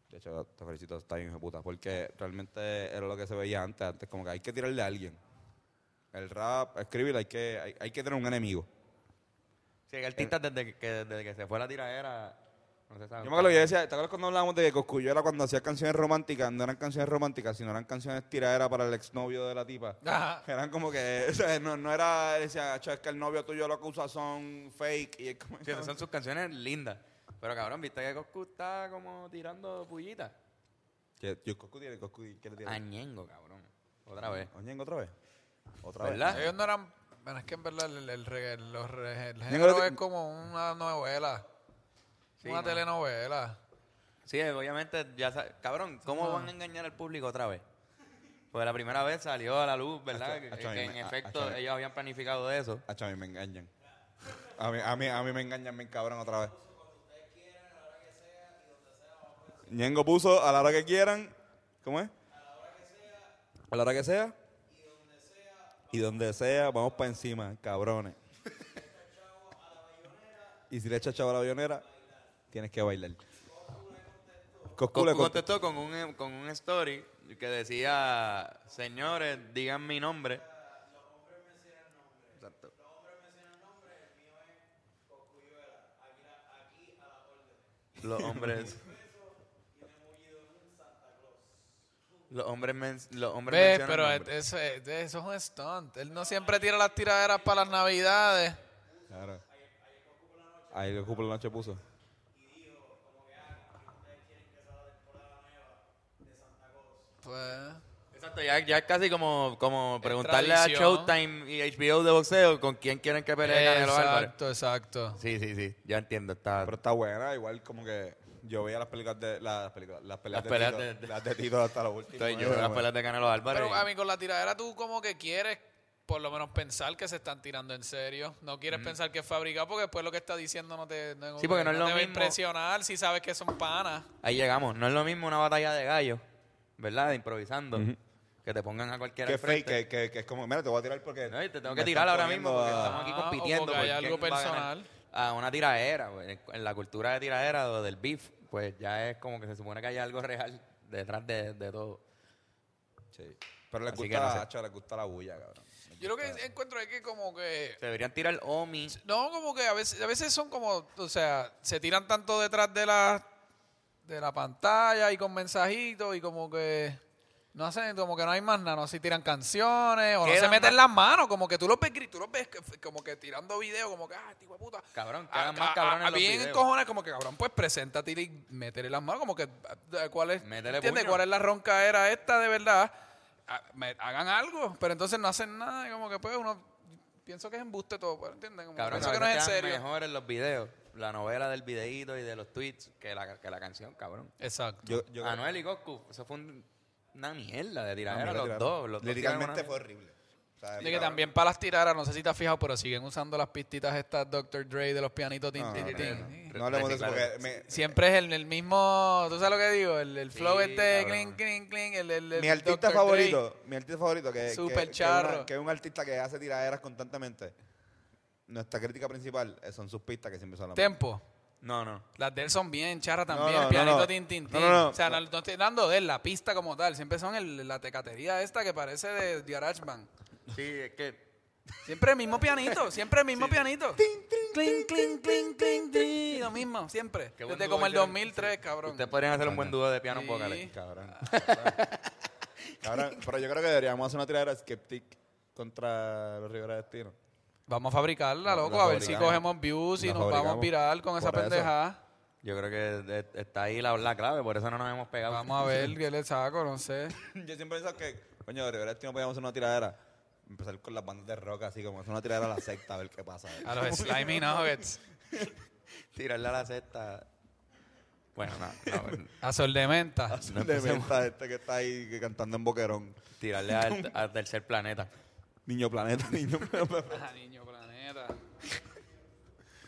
De hecho, te felicito, está bien hijo de puta, porque realmente era lo que se veía antes, antes como que hay que tirarle a alguien. El rap, escribir, hay que hay, hay que tener un enemigo. Sí, que artistas desde que, que- desde que se fue la tiradera. No se sabe. Yo me acuerdo, yo decía, ¿te acuerdas cuando hablábamos de que Coscuyo era cuando hacía canciones románticas? No eran canciones románticas, sino eran canciones tiraderas para el exnovio de la tipa. Ajá. Eran como que, o sea, no, no era, él decía, "Acho, es que el novio tuyo lo que usa son fake. Y es como, Sí, esas son sus canciones lindas. Pero cabrón, viste que Coscu está como tirando pullitas. ¿Qué- yo, Coscu tiene, Coscu, ¿qué le tiene? Añengo, Ah, cabrón. Otra vez. Oñengo otra vez. Otra ¿Verdad? Ellos no eran... Bueno, es que en verdad el, el, regga- los re- el Yo creo género que- es como una novela. Sí, una no. telenovela. Sí, obviamente, ya sa- cabrón, ¿cómo van a engañar al público otra vez? Pues la primera vez salió a la luz, ¿verdad? Acho- Que- acho, a que mí en me- a- efecto acho, a mí- ellos habían planificado eso. Acho, a mí me engañan. A mí, a mí, a mí me engañan, me cabrón otra vez. Ñengo puso a la hora que quieran. ¿Cómo es? A la hora que sea. Y donde sea, vamos para encima, cabrones. Y si le echas chavo a la bayonera, tienes que bailar. Coscu le Coscu contestó contestó. con un, con un story que decía, señores, digan mi nombre. Exacto. Los hombres Los hombres, men- los hombres ¿Ves? mencionan Pero nombres. eso, es- eso es un stunt. Él no siempre tira las tiraderas para las navidades. Claro. Ahí el cupo la noche puso. Pues... Exacto, ya, ya es casi como, como preguntarle a tradición. Showtime y HBO de boxeo con quién quieren que pelee Canelo Álvarez. Exacto, exacto. Sí, sí, sí, ya entiendo. Está, Pero está buena, igual como que yo veía las películas de las películas, las peleas, Las peleas de, de- Tito, de- las de Tito hasta los últimos. estoy yo, las peleas de Canelo Álvarez. Pero a mí con la tiradera tú como que quieres por lo menos pensar que se están tirando en serio. No quieres pensar que es fabricado porque después lo que está diciendo no te, no, Mm. Sí, porque no es lo te va a mismo. impresionar si sabes que son panas. Ahí llegamos. No es lo mismo una batalla de gallos, ¿verdad? De improvisando. Que te pongan a cualquiera Que al fake, frente. que, que, que es como, mira, te voy a tirar porque. No, y te tengo me que están tirar ahora poniendo mismo porque a- estamos aquí Ah, o compitiendo. porque hay por algo quién va a ganar. personal. A una tiradera. pues, En en la cultura de tiradera o del beef, pues ya es como que se supone que hay algo real detrás de, de todo. Sí. Pero les Así gusta, que no la- sé. acho, les gusta la bulla, cabrón. Les Yo lo gusta- que encuentro es que como que... Se deberían tirar Omi. No, como que a veces, a veces son como, o sea, se tiran tanto detrás de la, de la pantalla y con mensajitos y como que No hacen, como que no hay más nada, no así tiran canciones, o no se Quedan meten más- las manos, como que tú los ves, gri- tú los ves que- como que tirando video, como que, ah, este hijo de puta. Cabrón, Ah, quedan más ah, cabrones ah, los bien videos. cojones, como que cabrón, pues preséntate y métele las manos, como que ah, cuál es, Métele ¿entiendes? puño. ¿Cuál es la ronca era esta de verdad? Ah, me- hagan algo, pero entonces no hacen nada, y como que pues uno pienso que es embuste todo, pues, ¿entiendes? Como que Cabrón, pienso que a no es en veces quedan serio. mejor en los videos, la novela del videíto y de los tweets que la, que la canción, cabrón. Exacto. Yo, yo creo- Anuel y Coscu, eso fue un- una mierda de Ah, tiradera mira, los tiraron. dos. Los dos Liricalmente tiraron fue una- horrible. O sea, De que cabrón. también para las tiraras, no sé si te has fijado, pero siguen usando las pistitas estas Dr. Dre de los pianitos tin, No, tin, no, tin. No hablemos de eso Reciclar. porque me- Siempre es el, el mismo, ¿tú sabes lo que digo? El, el flow Sí, este, cabrón. clink, clink, clink, el, el, el mi artista Dr. Dre. favorito, mi artista favorito que, que- Super que, charro. una- que es un artista que hace tiraderas constantemente. Nuestra crítica principal eh, son sus pistas que siempre son las Tempo. No, no. Las de él son bien charras también, no, el no, pianito no. tin, tin, tin. No, no, no. o sea, no, no estoy hablando de él, la pista como tal. Siempre son el- la tecatería esta que parece de de GarageBand. Sí, es que... Siempre el mismo pianito, siempre el mismo pianito. Clink, clink, clink, clink, tin. Lo mismo, siempre. Qué buen Desde dúo como el hicieron. 2003, cabrón. Ustedes podrían hacer un buen dúo de piano Sí. vocales. Cabrón. Cabrón, pero yo creo que deberíamos hacer una tiradera Skeptic contra los Rivera Destino. Vamos a fabricarla, La- loco, la a ver si fabricamos. cogemos views y La nos vamos fabricamos. viral con esa Por eso. pendejada. Yo creo que eh, está ahí la, la clave, por eso no nos hemos pegado. Vamos a ver qué le saco, no sé. Yo siempre he pensado que, coño, de Rivera Destino podíamos hacer una tiradera. Empezar con las bandas de rock, así como hacer una tiradera a la secta, a ver qué pasa. A los slimy nuggets. Tirarle a la cesta. Bueno, no, no, A sol de menta. No empecemos a este que está ahí que cantando en boquerón. tirarle al, al tercer planeta. Niño Planeta, Niño Planeta, Ah, niño planeta.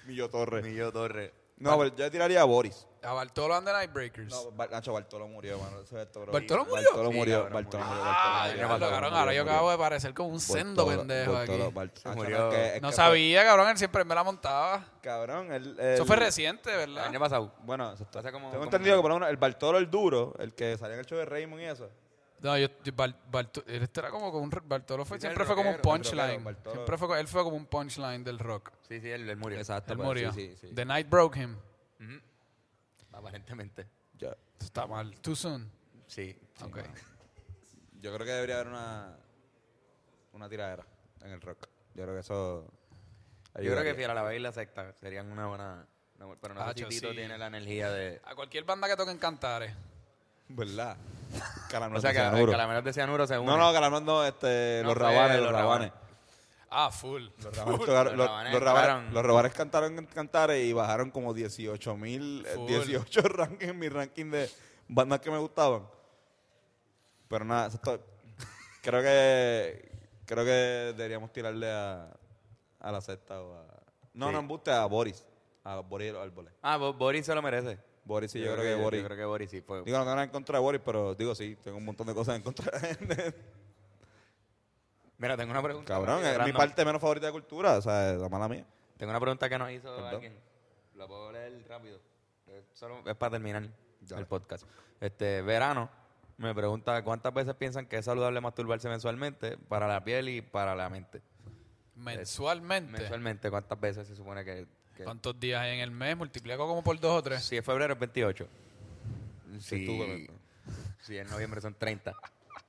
Millo Torres. Millo Torre. No, pero yo tiraría a Boris. A Bartolo and the Nightbreakers. No, Bar- Nacho Bartolo murió, mano. Eso es todo, bro. ¿Bartolo murió? Bartolo Sí, murió, cabrón, Bartolo murió. murió. ah, Bartolo ya, murió, cabrón, Bartolo ahora yo murió. acabo de parecer como un sendo Bartolo- pendejo Bartolo- aquí. Bartolo- Nacho, Murió. no, es que- es No que sabía, cabrón, él siempre me la montaba. fue- Cabrón, el, Eso el- fue reciente, El ¿verdad? año pasado. Bueno, eso está- Pasa como- tengo como- entendido que por lo menos el Bartolo el duro, el que salía en el show de Raymond y eso. No, yo, yo- Bart- Barto- él este era como con un Bartolo fue, Dice el siempre fue como un rockero, el punchline. rockero, Bartolo. Siempre fue, co- él fue como un punchline del rock. Sí, sí, él, él murió. Exacto. Él pues, murió. sí, sí, sí. The night broke him. Aparentemente. Yo, Eso Está mal. Too soon. Sí. Ok. yo creo que debería haber una... Una tiradera en el rock. Yo creo que eso. Yo creo que ayudaría. Fiera la Baila secta serían una buena. una bu- pero no sé si Hacho, Tito sí. tiene la energía de. A cualquier banda que toquen cantares. ¿Verdad? O Calameros sea, de que eh, cianuro. Calameros de Cianuro se No, unen. no, Calameros no, este, No, los fue rabanes, los los rabanes. Ah, full. Los rabanes, tocaron- los, rabanes los rabanes- entraron. los rabanes cantaron en Cantares y bajaron como 18 mil, Full. 18 rankings en mi ranking de bandas que me gustaban. Pero nada, eso es todo. creo que creo que deberíamos tirarle a, a la secta o a... No, Sí. no, embuste a Boris, a Boris y los árboles. Ah, Bo- Boris se lo merece. Boris sí, yo, creo que, Boris. Yo creo que Boris sí fue. Digo, no tengo nada en contra de Boris, pero digo sí, tengo un montón de cosas en contra de él. Mira, tengo una pregunta. Cabrón, es mi Random. parte menos favorita de cultura, o sea, la mala mía. Tengo una pregunta que nos hizo Perdón. alguien. La puedo leer rápido. Es, solo, es para terminar Dale. el podcast. Este, verano me pregunta cuántas veces piensan que es saludable masturbarse mensualmente para la piel y para la mente. Mensualmente. Mensualmente, ¿cuántas veces se supone que, que- ¿Cuántos días hay en el mes? Multiplico como por dos o tres. Si es febrero es 28. Si, tú, correcto. si es noviembre son 30.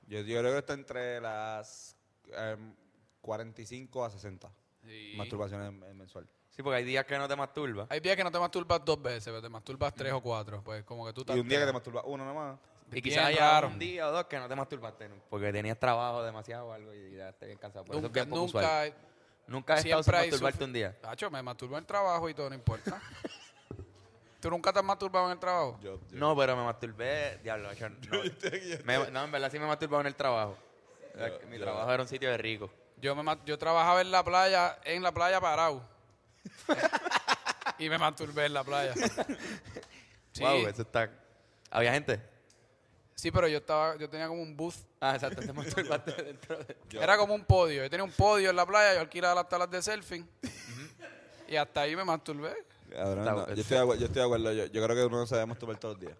Yo, yo creo que está entre las em, 45 a 60 Sí. masturbaciones en- en mensual. Sí, porque hay días que no te masturbas. Hay días que no te masturbas dos veces, pero te masturbas tres o cuatro. Pues como que tú Y un día que te masturbas uno nomás. Y quizás bien haya raro. un día o dos que no te masturbaste ¿no? porque tenías trabajo demasiado o algo y ya estás bien cansado. Por eso es Nunca, bien poco usual. nunca. Nunca has estado sin siempre hay masturbarte sufri- un día. Tacho, me masturbo en el trabajo y todo, no importa. ¿Tú nunca te has masturbado en el trabajo? Yo, yo- No, pero me masturbé, diablo. yo no, Me- no, en verdad sí me masturbaba en el trabajo. Eh, Mi trabajo era un sitio de rico. Yo, me, ma- yo trabajaba en la playa, en la playa parado. y me masturbé en la playa. Sí, Wow, eso está. Había gente. sí, pero yo estaba, yo tenía como un booth. Ah, exacto, te masturbaste dentro de. Era como un podio. Yo tenía un podio en la playa, yo alquilaba las tablas de surfing. y hasta ahí me masturbé. Cabrón, Está- no, yo, estoy de acuerdo, yo estoy de acuerdo, yo- yo creo que uno no se debe masturbar todos los días.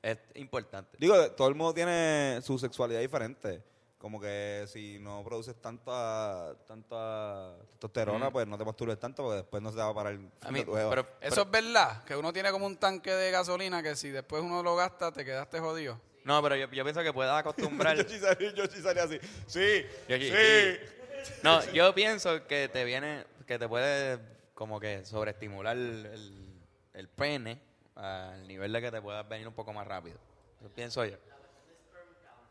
Es importante. Digo, todo el mundo tiene su sexualidad diferente. Como que si no produces tanta, tanta testosterona, pues no te masturbes tanto porque después no se te va a parar el A mí, de tu jeva. pero, Eso es verdad, que uno tiene como un tanque de gasolina que si después uno lo gasta, te quedaste jodido. No, pero yo, yo pienso que puedas acostumbrar. Yoshi salía, Yoshi salía así. Sí, Yoshi, sí. No, yo pienso que te viene, que te puede como que sobreestimular el, el pene al nivel de que te puedas venir un poco más rápido. Eso pienso yo.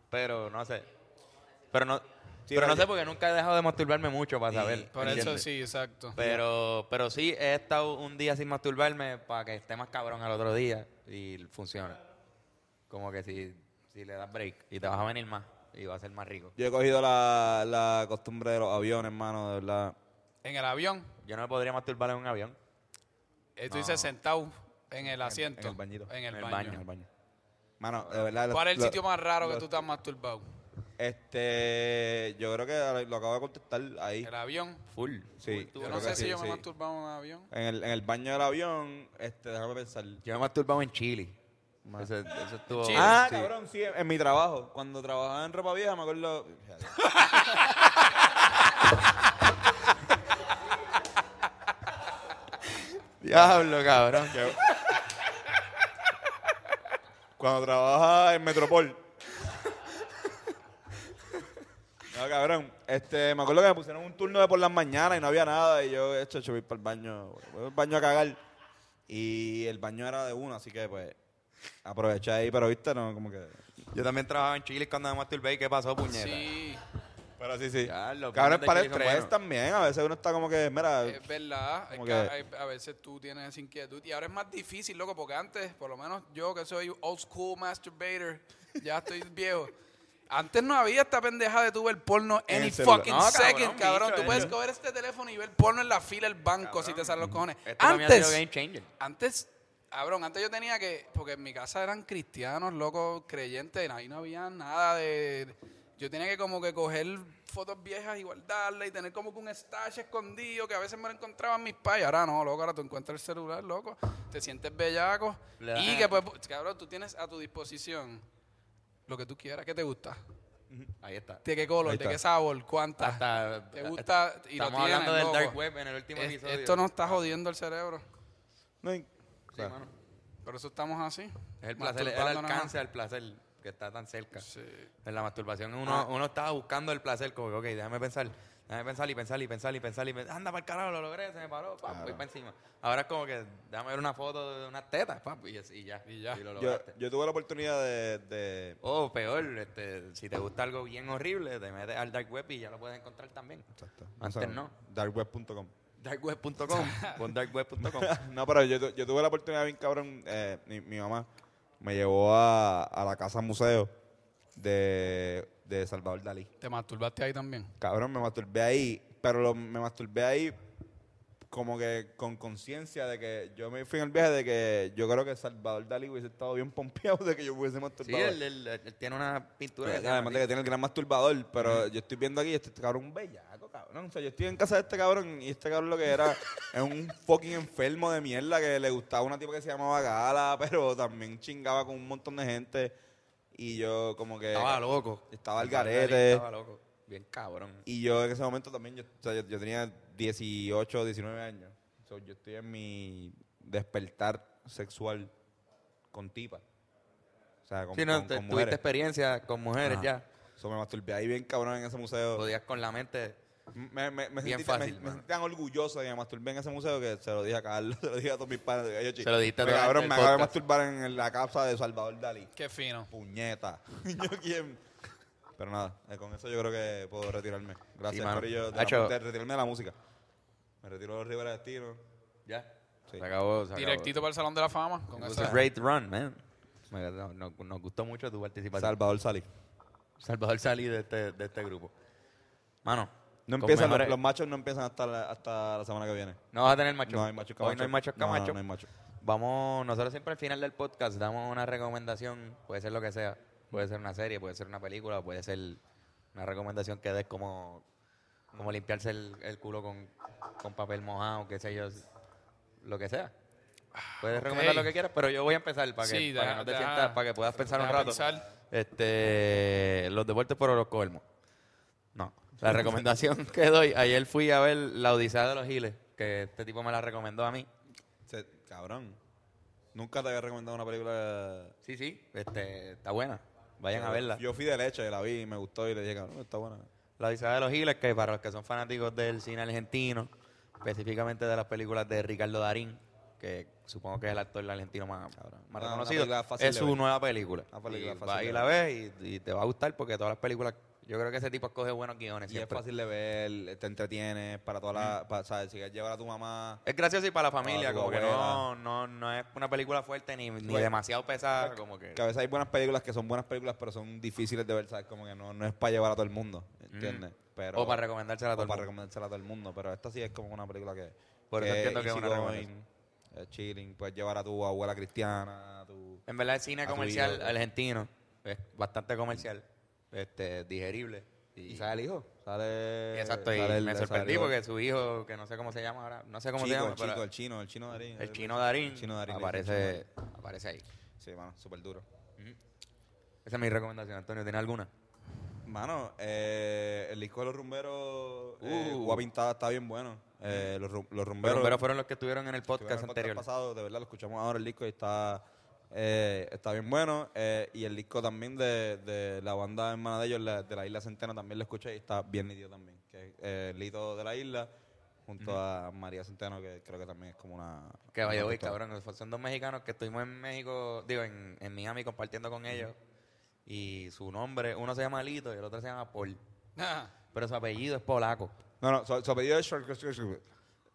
Pero no sé. Pero no, pero no sé porque nunca he dejado de masturbarme mucho para saber. Por eso ¿entiendes? sí, exacto. Pero, pero sí, he estado un día sin masturbarme para que esté más cabrón al otro día y funciona. Como que si, si le das break y te vas a venir más y va a ser más rico. Yo he cogido la, la costumbre de los aviones, hermano, de verdad. En el avión, Yo no me podría masturbar en un avión. eh, tú dices sentado en el asiento. el bañito. En En el el baño. baño. En el baño. Mano, de verdad. lo- ¿Cuál es el lo- sitio más raro que lo- tú estás masturbado? Este, yo creo que lo acabo de contestar ahí. ¿El avión? Full. Sí, Yo creo no que sé sí, si yo me sí. he masturbado en un avión. En el, en el baño del avión, este, déjame pensar. Yo me he masturbado en Chile. Eso, eso estuvo. Chile. Ah, sí. cabrón, sí, en, en mi trabajo. Cuando trabajaba en ropa vieja, me acuerdo. Diablo, cabrón. Cuando trabajaba en Metropol. No, cabrón. Este, me acuerdo que me pusieron un turno de por las mañanas y no había nada. Y yo, hecho, yo voy para el baño, voy al baño a cagar. Y el baño era de uno, así que pues aproveché ahí, pero viste, no, como que. Yo también trabajaba en Chile cuando me masturbé. ¿Y ¿Qué pasó, puñeta? Sí, Pero sí, sí. Ya, los Cabrón, puños de Eh, para el Chile son estrés buenos. también. A veces uno está como que, mira, es verdad. es Como que que- a- hay- a veces tú tienes esa inquietud. Y ahora es más difícil, loco, porque antes, por lo menos yo que soy old school masturbator, ya estoy viejo. Antes no había esta pendeja de tú ver porno En any el celular. fucking No, cabrón, second, cabrón. bicho, tú eh. puedes coger este teléfono y ver porno en la fila del banco si te salen los cojones. Esto también ha sido Antes, game changer. Antes, cabrón, antes yo tenía que. Porque en mi casa eran cristianos, locos, creyentes, ahí no había nada de. Yo tenía que como que coger fotos viejas y guardarlas y tener como que un stash escondido que a veces me lo encontraban mis pais. Ahora no, loco, ahora tú encuentras el celular, loco. Te sientes bellaco. Le da- Y que pues, cabrón, tú tienes a tu disposición lo que tú quieras, ¿qué te gusta? Ahí está. ¿De qué color? ¿De qué sabor? ¿Cuántas? Hasta, Ah. ¿Te gusta? Y lo Estamos hablando tienes, del loco. Dark Web en el último Es- episodio. esto nos está jodiendo el cerebro. no hay- o sea, Por eso estamos así. Es el placer, el masturbándonos. alcance al placer que está tan cerca. Sí. Ah. En la masturbación uno, uno estaba buscando el placer, como que, ok, déjame pensar, déjame pensar y pensar y pensar y pensar y pensar. Anda para el carajo, lo logré, se me paró, pam, voy para encima. Ahora es como que déjame ver una foto de unas tetas, pam, y, así, y ya, y ya, lo yo, lograste. yo tuve la oportunidad de- de O peor, este, si te gusta algo bien horrible, te metes al dark web y ya lo puedes encontrar también. Exacto. Antes no. Darkweb.com. Darkweb.com, pon darkweb.com. no, pero yo, tu- yo tuve la oportunidad bien cabrón. eh, mi, mi mamá me llevó a, a la casa museo de, de Salvador Dalí. ¿Te masturbaste ahí también? Cabrón, me masturbé ahí, pero lo- me masturbé ahí como que con conciencia de que yo me fui en el viaje de que yo creo que Salvador Dalí hubiese estado bien pompeado de que yo hubiese Sí, masturbado. él, él- él tiene una pintura. que se llama Pues, Además de que tiene el gran masturbador, pero yo estoy viendo aquí, este, este cabrón un bellaco, cabrón. O sea, yo estoy en casa de este cabrón y este cabrón lo que era es un fucking enfermo de mierda que le gustaba una tipa que se llamaba Gala, pero también chingaba con un montón de gente. Y yo como que... eh, Estaba loco. Estaba al Salvador Dalí garete. Estaba loco. Bien cabrón. Y yo en ese momento también, yo, o sea, yo, yo tenía 18, 19 años. So, yo estoy en mi despertar sexual con tipa. O sea, con, Sí, no, con- te- con tuviste mujeres. experiencia con mujeres Ajá. ya. So, me masturbé ahí bien cabrón en ese museo. Podías con la mente. Me, me, me Bien sentí, fácil, me- me mano. sentí tan orgulloso de que me masturbé en ese museo que se lo dije a Carlos, se lo dije a todos mis padres. digo, "Yo, chico, Se lo dijiste a me toda la cabrón, gente me del acabo de podcast. masturbar en la casa de Salvador Dalí. Qué fino. Puñeta. yo quién. Pero nada, eh, con eso yo creo que puedo retirarme. Gracias, mano. Corillo, de, la- Hacho. de retirarme de la música. Me retiro de Rivera Destino. Ya. Sí. Se acabó. Se acabó. Directito para el Salón de la Fama. It Con was esa- a great run, man. Me- no- no- nos gustó mucho tu participación. Salvador Salí. Salvador Salí de este, de este grupo. Mano. No con empiezan, los, mejores- los machos no empiezan hasta la, hasta la semana que viene. No vas a tener macho. No hay machos Hoy camachos. no hay machos camachos. No, no hay machos. Vamos, nosotros siempre al final del podcast damos una recomendación, puede ser lo que sea, puede ser una serie, puede ser una película, puede ser una recomendación que des como, como limpiarse el, el culo con, con papel mojado, qué sé yo, lo que sea. Puedes recomendar lo que quieras, pero yo voy a empezar para que, Sí, para que deja- no te deja- sientas, para que puedas pensar un deja rato. pensar. Este, los deportes por Orozco no. La recomendación que doy, ayer fui a ver La Odisea de los Giles, que este tipo me la recomendó a mí. Se- cabrón. Nunca te había recomendado una película. Sí, sí, este, está buena. Vayan a verla. Yo fui de leche, la vi, me gustó y le dije, cabrón, está buena. La Odisea de los Giles, que para los que son fanáticos del cine argentino, específicamente de las películas de Ricardo Darín, que supongo que es el actor argentino más, más Ah, una reconocido, película fácil es de su ver. nueva película. Una película y fácil vas y de la ves y, y te va a gustar porque todas las películas, yo creo que ese tipo escoge buenos guiones. Y es siempre. fácil de ver, te entretienes para toda la. Para, ¿sabes? Si quieres llevar a tu mamá. Es gracioso y para la familia, Ah, tu como que no, abuela. no, no es una película fuerte ni, ni Oye, demasiado pesada, como que... Que a veces hay buenas películas que son buenas películas, pero son difíciles de ver, ¿sabes? Como que no, no es para llevar a todo el mundo, ¿entiendes? Pero, o para recomendársela a o todo el para mundo. recomendársela a todo el mundo, pero esta sí es como una película que. Por eso entiendo que es una easygoing, recomendación. es chilling, puedes llevar a tu abuela cristiana, a tu. En verdad el cine a tu comercial hijo. argentino es bastante comercial, este, digerible. Y, ¿Y sale el hijo? Sale. Exacto, y sale el- me sale sorprendí el- porque su hijo, que no sé cómo se llama ahora, no sé cómo Chico, se llama, el chico, pero el chino, el chino Darín. el chino Darín, El chino Darín. le dicen aparece, aparece ahí. chino. Sí, mano, súper duro. Esa es mi recomendación, Antonio. ¿Tiene alguna? Mano, eh, el disco de los rumberos, eh, Uh. Gua Pintada está bien bueno. Eh, los, ru- los rumberos. Pero, pero fueron los que estuvieron en el estuvieron podcast en el anterior. pasado, de verdad, lo escuchamos ahora el disco y está, eh, está bien bueno. Eh, y el disco también de, de la banda hermana de ellos, la- de la Isla Centena, también lo escuché y está bien nítido también. Que es, eh, Lito de la Isla junto a María Centeno, que creo que también es como una... Que vaya una hoy, pistola. cabrón. Son dos mexicanos que estuvimos en México, digo, en, en Miami compartiendo con ellos. Y su nombre, uno se llama Lito y el otro se llama Paul. Ah, Pero su apellido es polaco. No, no, su, su apellido es Short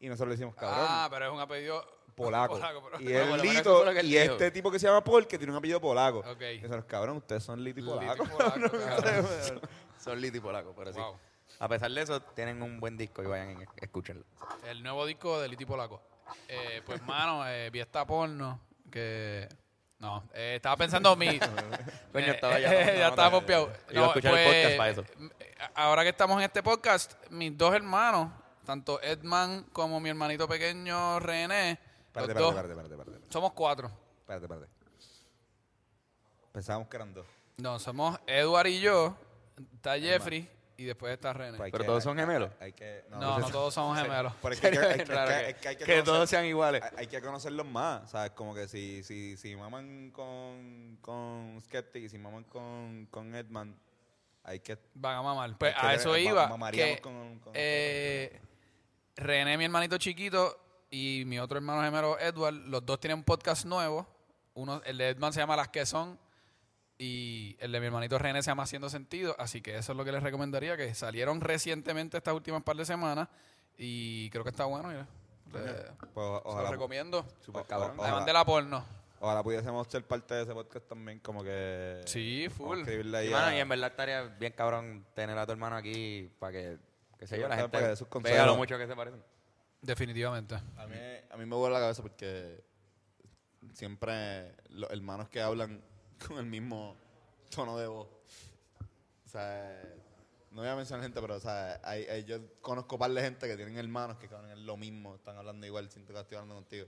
y nosotros le decimos cabrón. Ah, pero es un apellido polaco. pero- Y Bueno, el por lo menos eso Lito, fue lo que él y dijo. este tipo que se llama Paul, que tiene un apellido polaco. Ok. Y nosotros, cabrón, ustedes son Lito y Lito y polaco. polaco, cabrón. Son Lito y polaco, pero sí. Wow. A pesar de eso, tienen un buen disco y vayan y escúchenlo. El nuevo disco de Liti Polaco. Eh, pues, mano, eh, vi esta porno que... No, eh, estaba pensando mi... Coño, Eh, estaba ya. eh, tomando ya nota. estaba pompeado. Iba a escuchar el podcast para eso. m- Ahora que estamos en este podcast, mis dos hermanos, tanto Edman como mi hermanito pequeño René, Espérate, los dos, espérate, espérate, espérate, espérate, somos cuatro. espérate, espérate. Pensábamos que eran dos. No, somos Edward y yo, está Jeffrey y después está René. Pues hay Pero que- todos son gemelos. Hay que... No, no todos somos gemelos. Pero es que, hay que- hay que- Claro hay que- que- hay que- hay que Ah, que todos conocer- sean iguales. hay- Hay que conocerlos más, ¿sabes? Como que si, si, si maman con, con Skeptic y si maman con, con Edman, hay que... Van a mamar. Pues hay que a ver- eso ma- iba. mamaríamos que, con- con- eh, René, mi hermanito chiquito, y mi otro hermano gemelo, Edward, los dos tienen un podcast nuevo. Uno, el de Edman se llama Las que son. Y el de mi hermanito René se llama Haciendo Sentido. Así que eso es lo que les recomendaría, que salieron recientemente estas últimas par de semanas. Y creo que está bueno, mira. Eh, Pues, se lo ojalá, recomiendo. Súper O- cabrón. Además de la porno. ojalá pudiésemos ser parte de ese podcast también, como que... Sí, Vamos a full. escribirle ahí Y, mano, a- y en verdad estaría bien cabrón tener a tu hermano aquí para que, que se yo, la para- gente para que dé sus consejos. vea lo mucho que se parecen. Definitivamente. A mí, a mí me vuelve la cabeza porque siempre los hermanos que hablan con el mismo tono de voz. O sea, no voy a mencionar gente, pero o sea, hay- hay- yo conozco par de gente que tienen hermanos que cabrón, es lo mismo, están hablando igual, siento que estoy hablando contigo.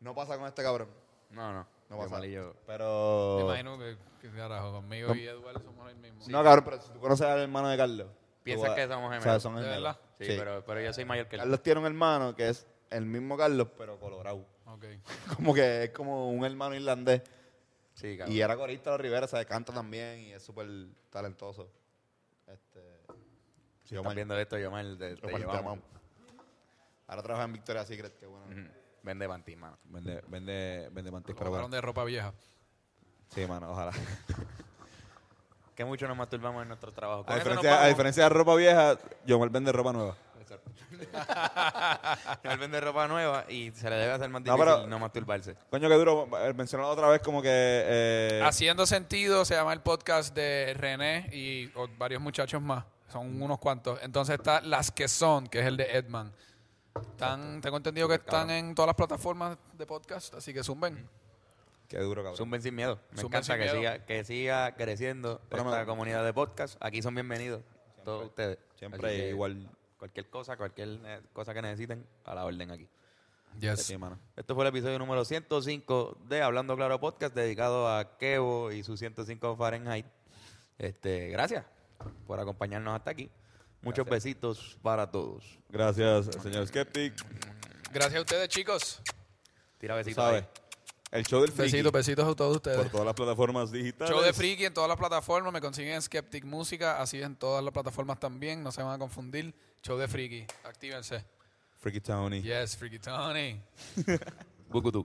No pasa con este cabrón. No, no. Yo No pasa. malillo. Me Pero. imagino que, que carajo, conmigo y Edward somos el mismo. No, cabrón, pero si tú conoces al hermano de Carlos. tú Piensas vas- que somos o sea, gemelos. son ¿De gemelos. verdad? Sí, Pero, pero yo soy mayor que él. Carlos tiene un hermano que es el mismo Carlos, pero colorado. Ok. Como que es como un hermano irlandés. Sí, cabrón. Y era corista de los Rivera, se canta también y es súper talentoso. Este, si estás viendo esto, yo mal te, te Omar, te llevamos. amamos. Ahora trabaja en Victoria's Secret, que bueno. Ujú. Vende panty, mano. Vende, vende, vende mantis, Lo botaron de ropa vieja. Sí, mano, ojalá. Que mucho nos masturbamos en nuestro trabajo. Con A eso nos diferencia, a vamos. diferencia de ropa vieja, Yomar vende ropa nueva. Él vende ropa nueva y se le debe hacer más No, difícil no, pero- masturbarse. Coño, que duro. eh, Mencionado otra vez como que... eh, Haciendo sentido se llama el podcast de René y o, varios muchachos más. Mm. Son unos cuantos. Entonces está Las que son, que es el de Edman. Están, tengo entendido que están en todas las plataformas de podcast, así que Mm. zumben. qué duro, cabrón. Zumben sin miedo. Me Zumben encanta sin que miedo. siga, que siga creciendo Pero esta me- comunidad de podcast. Aquí son bienvenidos todos ustedes. Siempre Así que igual. Cualquier cosa, cualquier eh, cosa que necesiten, a la orden aquí. Yes. Sí, mano. Esto fue el episodio número 105 de Hablando Claro Podcast, dedicado a Kevo y su 105 Fahrenheit. Este, gracias por acompañarnos hasta aquí. Muchos besitos para todos. Gracias, señor Skeptic. Gracias a ustedes, chicos. Tira Tú besitos. sabes. ahí. El show del friki. Besitos, besitos a todos ustedes. Por todas las plataformas digitales. Show de Friki en todas las plataformas. Me consiguen en Skeptic Música, así en todas las plataformas también. No se van a confundir. Show de Friki. Actívense. Freaky Tony. Yes, Freaky Tony. Bucutú.